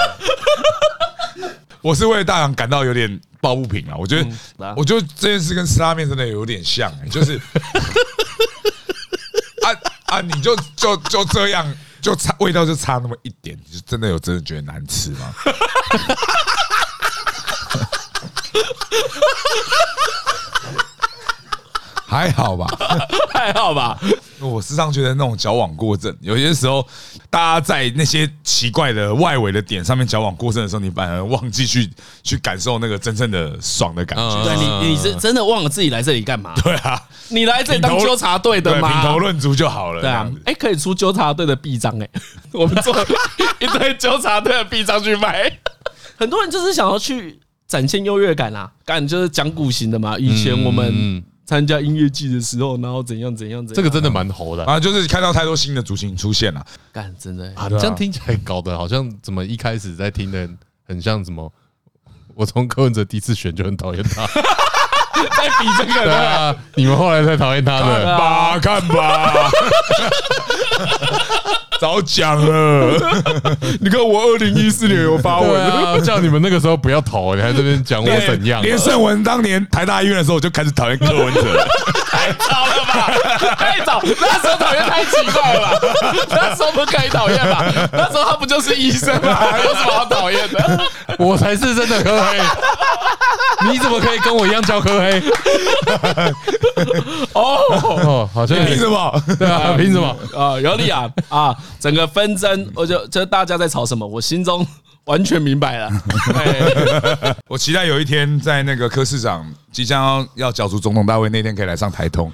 Speaker 4: 我是为大洋感到有点抱不平啊，我觉得
Speaker 1: 嗯，
Speaker 4: 我觉得这件事跟吃拉面真的有点像、欸，就是啊啊，你就就就这样，就差味道就差那么一点，你就真的有真的觉得难吃吗？还好吧，
Speaker 1: 还 好吧？
Speaker 4: 我时常觉得那种矫枉过正，有些时候大家在那些奇怪的外围的点上面矫枉过正的时候，你反而忘记去去感受那个真正的爽的感觉。
Speaker 2: 嗯
Speaker 1: 对你，你是真的忘了自己来这里干嘛？
Speaker 4: 对啊，
Speaker 1: 你来这里当
Speaker 4: 品头
Speaker 1: 纠察队的
Speaker 4: 对，
Speaker 1: 吗？
Speaker 4: 品头论足就好了。
Speaker 1: 对
Speaker 4: 这
Speaker 1: 啊
Speaker 4: 样子，
Speaker 1: 哎、可以出纠察队的臂章哎、 我们做一堆纠察队的臂章去卖。 很多人就是想要去展现优越感啊，感就是讲古型的嘛。以前我
Speaker 4: 嗯
Speaker 1: 们参加音乐季的时候，然后怎样怎样怎样，
Speaker 2: 这个真的蛮猴的
Speaker 4: 啊，就是看到太多新的族群出现了。
Speaker 1: 干真的、
Speaker 2: 啊，
Speaker 4: 对啊
Speaker 2: 这样听起来搞得好像怎么一开始在听的很像什么。我从柯文哲第一次选就很讨厌他，
Speaker 1: 在比这个
Speaker 2: 对
Speaker 1: 的，
Speaker 2: 啊，你们后来才讨厌他的，
Speaker 1: 啊
Speaker 4: 吧，看吧， 早讲了。你看我二零一四年有发
Speaker 2: 对
Speaker 4: 文。
Speaker 2: 啊，叫你们那个时候不要投，你还这边讲我
Speaker 4: 连
Speaker 2: 怎样？
Speaker 4: 连胜文当年台大医院的时候，我就开始讨厌柯文哲了。
Speaker 1: 太早了吧？太早，那时候讨厌太奇怪了 吧？那时候不可以讨厌吧？那时候他不就是医生吗？有什么好讨厌的？
Speaker 2: 我才是真的柯黑，你怎么可以跟我一样叫柯黑？
Speaker 1: 哦。
Speaker 2: 哦，好 像有
Speaker 4: 凭
Speaker 2: 点
Speaker 4: 什么？
Speaker 2: 对
Speaker 1: 哎
Speaker 2: 啊，凭什么？
Speaker 1: 啊、有理啊啊！整个纷争，我就就大家在吵什么，我心中完全明白了。哎
Speaker 4: 我期待有一天在那个柯市长即将要要角逐总统大会那天，可以来上台 通。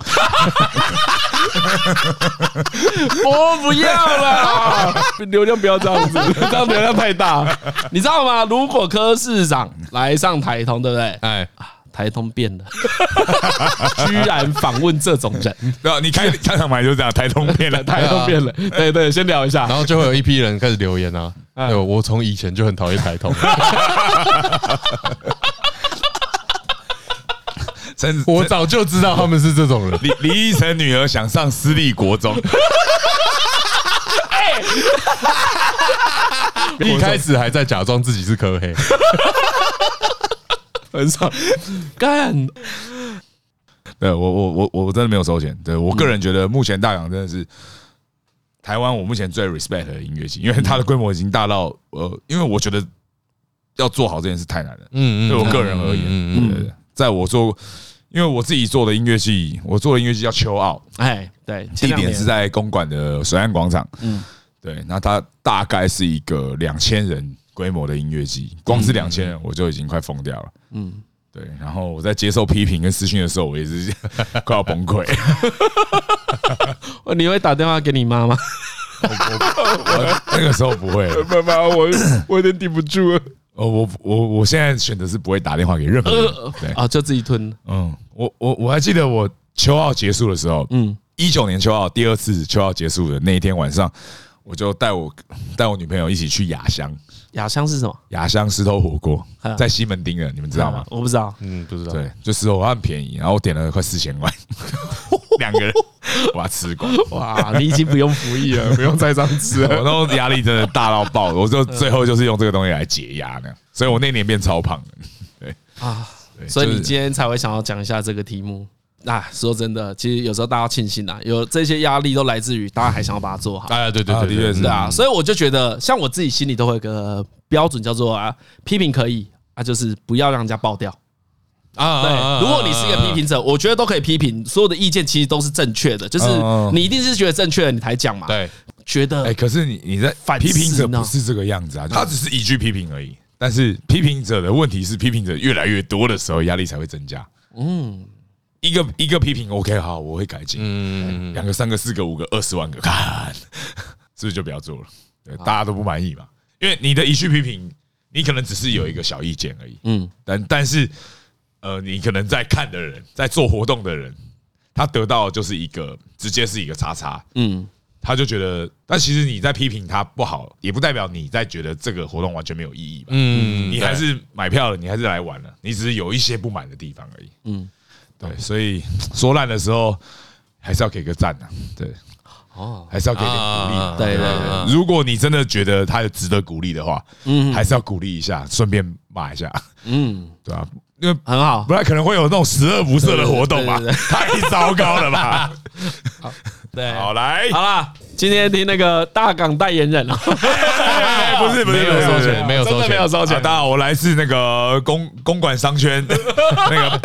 Speaker 1: 我不要了，流量不要这样子， 这样流量太大，你知道吗？如果柯市长来上台通，对不对？
Speaker 2: 哎，
Speaker 1: 台通变 了，居然访问这种人，
Speaker 4: 对啊，你开开场白就这样，台通变 了，
Speaker 1: 台通变了，对对，先聊一下
Speaker 2: 然。后就会有一批人开始留言啊，哎呦，我从以前就很讨厌台通，
Speaker 4: 陈
Speaker 2: 我早就知道他们是这种人。
Speaker 4: 李李依晨女儿想上私立国中，
Speaker 2: 一开始还在假装自己是科黑，
Speaker 1: 很爽，干
Speaker 4: 对我我我我真的没有收钱。对我个人觉得，目前大港真的是台湾我目前最 respect 的音乐季，因为它的规模已经大到呃，因为我觉得要做好这件事太难了。
Speaker 2: 嗯
Speaker 4: 对我个人而言，
Speaker 2: 嗯
Speaker 4: 对对对在我做，因为我自己做的音乐系，我做的音乐系叫秋奥，
Speaker 1: 哎，对，前
Speaker 4: 地
Speaker 1: 两
Speaker 4: 点
Speaker 1: 年
Speaker 4: 是在公馆的水岸广场。
Speaker 1: 嗯
Speaker 4: 嗯，对，那它大概是一个两千人规模的音乐季，光是两千人我就已经快疯掉了。
Speaker 1: 嗯，
Speaker 4: 对，然后我在接受批评跟私讯的时候，我也是 快要崩溃。
Speaker 1: 哦你会打电话给你妈吗？
Speaker 4: 那个时候不 会，
Speaker 1: 妈妈，我 我有点顶不住了。
Speaker 4: 呃，我我我现在选择是不会打电话给任何人。对，
Speaker 1: 啊，就自己吞。
Speaker 4: 嗯，我我我还记得我秋奥结束的时候，
Speaker 1: 嗯，
Speaker 4: 一九年秋奥第二次秋奥结束的那一天晚上，我就带我带我女朋友一起去雅香，
Speaker 1: 雅香是什么？
Speaker 4: 雅香石头火锅
Speaker 1: 啊
Speaker 4: 在西门町的，你们知道吗？
Speaker 1: 我不知道。
Speaker 2: 嗯，不知道。
Speaker 4: 对，就石头火锅很便宜，然后我点了快四 千万，两个人我把它吃光，
Speaker 1: 哇，你已经不用服役 了，不用再这样吃了。 嗯
Speaker 4: 我都压力真的大到爆，我就最后就是用这个东西来解压呢，所以我那年变超胖的。
Speaker 1: 啊，
Speaker 4: 对
Speaker 1: 所以
Speaker 4: 就
Speaker 1: 你
Speaker 4: 是
Speaker 1: 今天才会想要讲一下这个题目。啊，说真的，其实有时候大家庆幸啊，有这些压力都来自于大家还想要把它做好，
Speaker 2: 哎，对对
Speaker 4: 啊
Speaker 2: 对，
Speaker 4: 的确是
Speaker 1: 对啊，所以我就觉得，像我自己心里都会有个呃标准，叫做啊，批评可以啊，就是不要让人家爆掉。
Speaker 2: 啊啊啊啊
Speaker 1: 哎对，如果你是一个批评者，我觉得都可以批评，所有的意见其实都是正确的，就是
Speaker 4: 嗯嗯
Speaker 1: 你一定是觉得正确的，你才讲嘛。，
Speaker 2: 对，
Speaker 1: 觉
Speaker 4: 哎、
Speaker 1: 得
Speaker 4: 可是你你在
Speaker 1: 反思
Speaker 4: 批评者
Speaker 1: 呢
Speaker 4: 不是这个样子啊，他只是一句批评而已。但是批评者的问题是，批评者越来越多的时候，压力才会增加。嗯，一个一个批评 OK 好，我会改进。
Speaker 2: 嗯，
Speaker 4: 两个、三个、四个、五个、二十万个，看 是不是就不要做了？对，大家都不满意嘛。因为你的一句批评，你可能只是有一个小意见而已。
Speaker 1: 嗯
Speaker 4: 嗯，但但是呃，你可能在看的人，在做活动的人，他得到的就是一个直接是一个叉叉。
Speaker 1: 嗯，
Speaker 4: 他就觉得，但其实你在批评他不好，也不代表你在觉得这个活动完全没有意义吧？
Speaker 2: 嗯
Speaker 4: 你还是买票了，你还是来玩了，你只是有一些不满的地方而已。
Speaker 1: 嗯
Speaker 4: 嗯，对，所以说烂的时候还是要给个赞的、对，
Speaker 1: 哦，
Speaker 4: 还是要给点鼓励
Speaker 2: 啊
Speaker 4: 嘛。
Speaker 1: 对对
Speaker 2: 啊啊
Speaker 1: 对，
Speaker 4: 如果你真的觉得他有值得鼓励的话，
Speaker 1: 嗯
Speaker 4: 还是要鼓励一下，顺便骂一下，
Speaker 1: 嗯，
Speaker 4: 对吧、因为
Speaker 1: 很好
Speaker 4: 不。然可能会有那种十恶不赦的活动吧
Speaker 1: 对对，
Speaker 4: 太糟糕了 吧？
Speaker 1: 对，
Speaker 4: 好来，
Speaker 1: 好啦，今天听那个大港代言人啊，
Speaker 4: 哎不是不是
Speaker 2: 没有收钱没有收钱
Speaker 4: 真的没有收钱。大家好，我来自那个公公馆商圈， 那个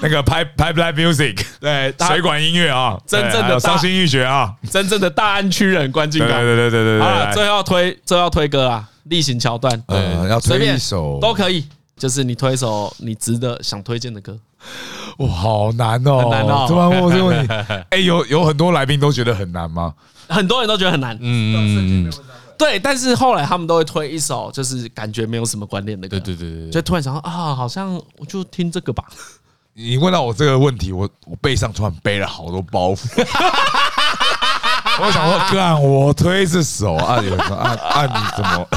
Speaker 4: 那个 Pipe Pipeline Music，对，
Speaker 1: 他
Speaker 4: 水管音乐啊，
Speaker 1: 真正的
Speaker 4: 对还有
Speaker 1: 大
Speaker 4: 伤心欲绝啊，
Speaker 1: 真正的大安区人关进
Speaker 4: 对
Speaker 1: 港。
Speaker 4: 对对对对对
Speaker 1: 好了，
Speaker 4: 对。
Speaker 1: 最后推最后推歌啊，例行桥段，嗯
Speaker 4: 呃，要
Speaker 1: 随便
Speaker 4: 推一首
Speaker 1: 都可以，就是你推一首你值得想推荐的歌。
Speaker 4: 哇，好难哦，
Speaker 1: 很难哦
Speaker 4: 突然问我这个问 题，哎，有有很多来宾都觉得很难吗？
Speaker 1: 很多人都觉得很难，
Speaker 2: 嗯嗯嗯，
Speaker 1: 对，但是后来他们都会推一首，就是感觉没有什么关联的歌，
Speaker 2: 对对对对
Speaker 1: 就
Speaker 2: 对，
Speaker 1: 突然想到啊，好像我就听这个吧，
Speaker 4: 你问到我这个问题，我我背上突然背了好多包袱。 我想说，干我推这首啊，有人说啊啊，你怎么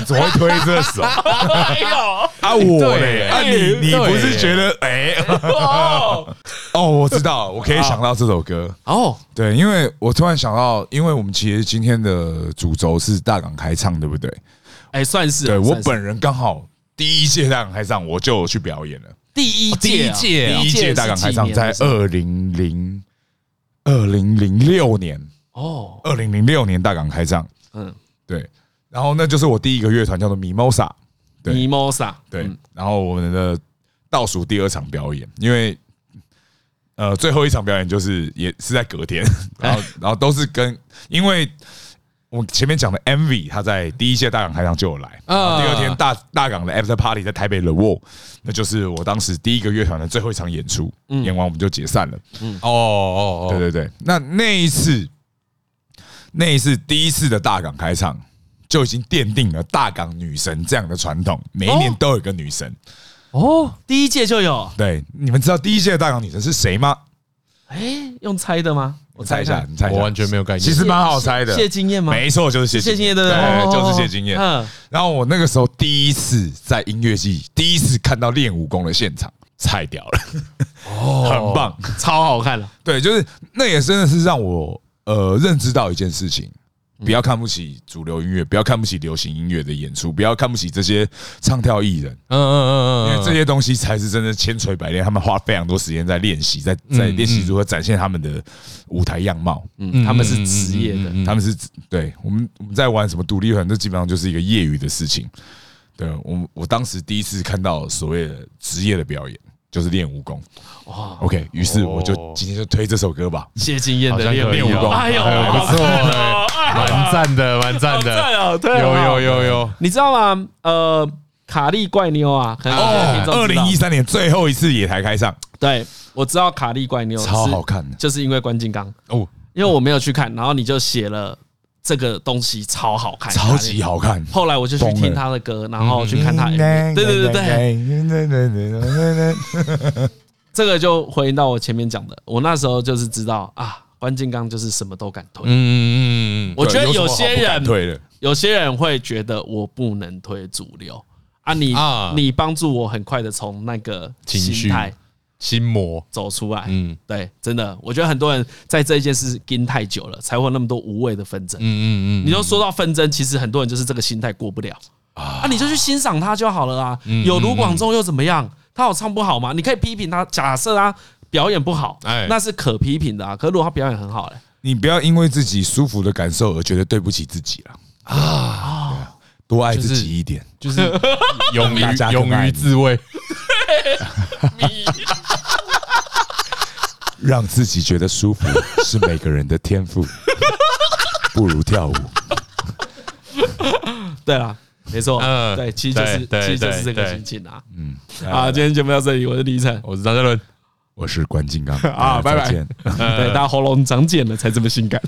Speaker 4: 你怎么会推这首？
Speaker 1: 哎呦，
Speaker 4: 啊我
Speaker 2: 对
Speaker 4: 嘞，啊你你
Speaker 2: 对
Speaker 4: 不是觉得哎、
Speaker 1: 哦
Speaker 4: 哦，我知道，我可以想到这首歌。
Speaker 1: 哦，
Speaker 4: 对，因为我突然想到，因为我们其实今天的主轴是大港开唱，对不对？
Speaker 1: 哎，算是
Speaker 4: 对我
Speaker 1: 算是
Speaker 4: 本人刚好第一届大港开唱，我就有去表演了。
Speaker 1: 第一届啊
Speaker 2: 第一届啊
Speaker 4: 哦第一
Speaker 1: 是
Speaker 4: 届大港开
Speaker 1: 几
Speaker 4: 唱
Speaker 1: 年
Speaker 4: 在
Speaker 1: 的时候
Speaker 4: 二零零二零零六年，
Speaker 1: 哦，
Speaker 4: 二零零六年大港开唱，
Speaker 1: 嗯
Speaker 4: 对，然后那就是我第一个乐团叫做 Mimosa，对
Speaker 1: ，Mimosa，
Speaker 4: 对，
Speaker 2: 嗯
Speaker 4: 然后我们的倒数第二场表演，因为 呃最后一场表演就是也是在隔天，然后然后都是跟因为我前面讲的 Envy，他在第一届大港开场就有来，
Speaker 2: 啊
Speaker 4: 第二天大大港的 After Party 在台北 The Wall，那就是我当时第一个乐团的最后一场演出，演完我们就解散了。
Speaker 2: 哦嗯哦哦，
Speaker 4: 对对对，那那一次，那一次第一次的大港开唱，就已经奠定了大港女神这样的传统，每一年都有一个女神。
Speaker 1: 哦，第一届就有，
Speaker 4: 对，你们知道第一届的大港女神是谁吗？
Speaker 1: 哎，用猜的吗？
Speaker 4: 我猜一下，你猜一下，
Speaker 2: 我完全没有概念
Speaker 4: 其实蛮好猜的，
Speaker 1: 谢金燕吗？
Speaker 4: 没错，就是谢
Speaker 1: 谢金燕对
Speaker 4: 对
Speaker 1: 不对？
Speaker 4: 就是谢金燕。
Speaker 1: 嗯，
Speaker 4: 然后我那个时候第一次在音乐季，第一次看到练武功的现场，菜屌了，很棒。
Speaker 1: 超好看了。
Speaker 4: 对，就是那也真的是让我呃认知到一件事情。不要看不起主流音乐，不要看不起流行音乐的演出，不要看不起这些唱跳艺人，
Speaker 2: 嗯嗯嗯
Speaker 4: 因
Speaker 2: 嗯，
Speaker 4: 为这些东西才是真的千锤百炼。他们花非常多时间在练习，在在练习如何展现他们的舞台样貌。
Speaker 1: 嗯，他们是职业的，
Speaker 4: 他们是对我们我们在玩什么独立团，这基本上就是一个业余的事情。对我我当时第一次看到所谓的职业的表演，就是练武功。哇，OK，于
Speaker 1: 哦
Speaker 4: 是我就今天就推这首歌吧。
Speaker 1: 谢金燕
Speaker 2: 好
Speaker 1: 的
Speaker 2: 像
Speaker 1: 练
Speaker 2: 可以
Speaker 4: 练武
Speaker 2: 哦
Speaker 4: 功
Speaker 1: 哎呦，
Speaker 2: 不
Speaker 1: 好
Speaker 2: 错，
Speaker 1: 看哦
Speaker 2: 哎蛮赞的，蛮赞
Speaker 1: 赞
Speaker 2: 的，
Speaker 1: 哦，对，
Speaker 2: 有
Speaker 1: 很好
Speaker 2: 有有有，
Speaker 1: 你知道吗？呃，卡利怪妞啊，可能有些听众知道
Speaker 4: 哦二零一三年最后一次野台开唱，
Speaker 1: 对我知道卡利怪妞
Speaker 4: 超
Speaker 1: 是
Speaker 4: 好看的
Speaker 1: 就是因为关金刚，
Speaker 4: 哦，
Speaker 1: 因为我没有去看，然后你就写了这个东西超好看，
Speaker 4: 超级。好看。
Speaker 1: 后来我就去听他的歌，然后去看他 MV，对对对对，
Speaker 4: 对，
Speaker 1: 这个就回应到我前面讲的，我那时候就是知道啊，关金刚就是什么都敢推。
Speaker 2: 嗯嗯嗯嗯，
Speaker 1: 我觉得有
Speaker 4: 有什么
Speaker 1: 些
Speaker 4: 好不敢
Speaker 1: 人
Speaker 4: 推的，
Speaker 1: 有些人会觉得我不能推主流啊你，
Speaker 2: 啊
Speaker 1: 你帮助我很快的从那个
Speaker 2: 情绪
Speaker 1: 心态
Speaker 2: 心魔，
Speaker 1: 走出来。
Speaker 2: 嗯
Speaker 1: 对，真的，我觉得很多人在这一件事盯太久了，才会有那么多无谓的纷争。
Speaker 2: 嗯嗯嗯，
Speaker 1: 你就说到纷争，其实很多人就是这个心态过不了啊，你就去欣赏他就好了啊。
Speaker 2: 嗯
Speaker 1: 有卢广仲又怎么样？他有唱不好吗？你可以批评他，假设他表演不好，
Speaker 2: 哎
Speaker 1: 那是可批评的啊。可是如果他表演很好嘞，
Speaker 4: 你不要因为自己舒服的感受而觉得对不起自己了啊！多爱自己一点。
Speaker 2: 就是勇于
Speaker 4: 大家更
Speaker 2: 勇
Speaker 4: 爱
Speaker 2: 于
Speaker 4: 你
Speaker 2: 自卫，
Speaker 4: 让自己觉得舒服是每个人的天赋，不如跳舞。
Speaker 1: 对啊，没错，
Speaker 2: 嗯
Speaker 1: 对，其实就是
Speaker 2: 对对
Speaker 1: 其实就是这
Speaker 2: 对
Speaker 1: 个
Speaker 2: 对嗯
Speaker 1: 心情啊。
Speaker 4: 啊
Speaker 1: 啊，，今天节目到这里，我是李晨。
Speaker 2: 我是哦张嘉伦，
Speaker 4: 我是关金刚
Speaker 1: 啊拜拜
Speaker 2: 嗯
Speaker 4: 再见。
Speaker 1: 对，大家喉咙长茧了才这么性感。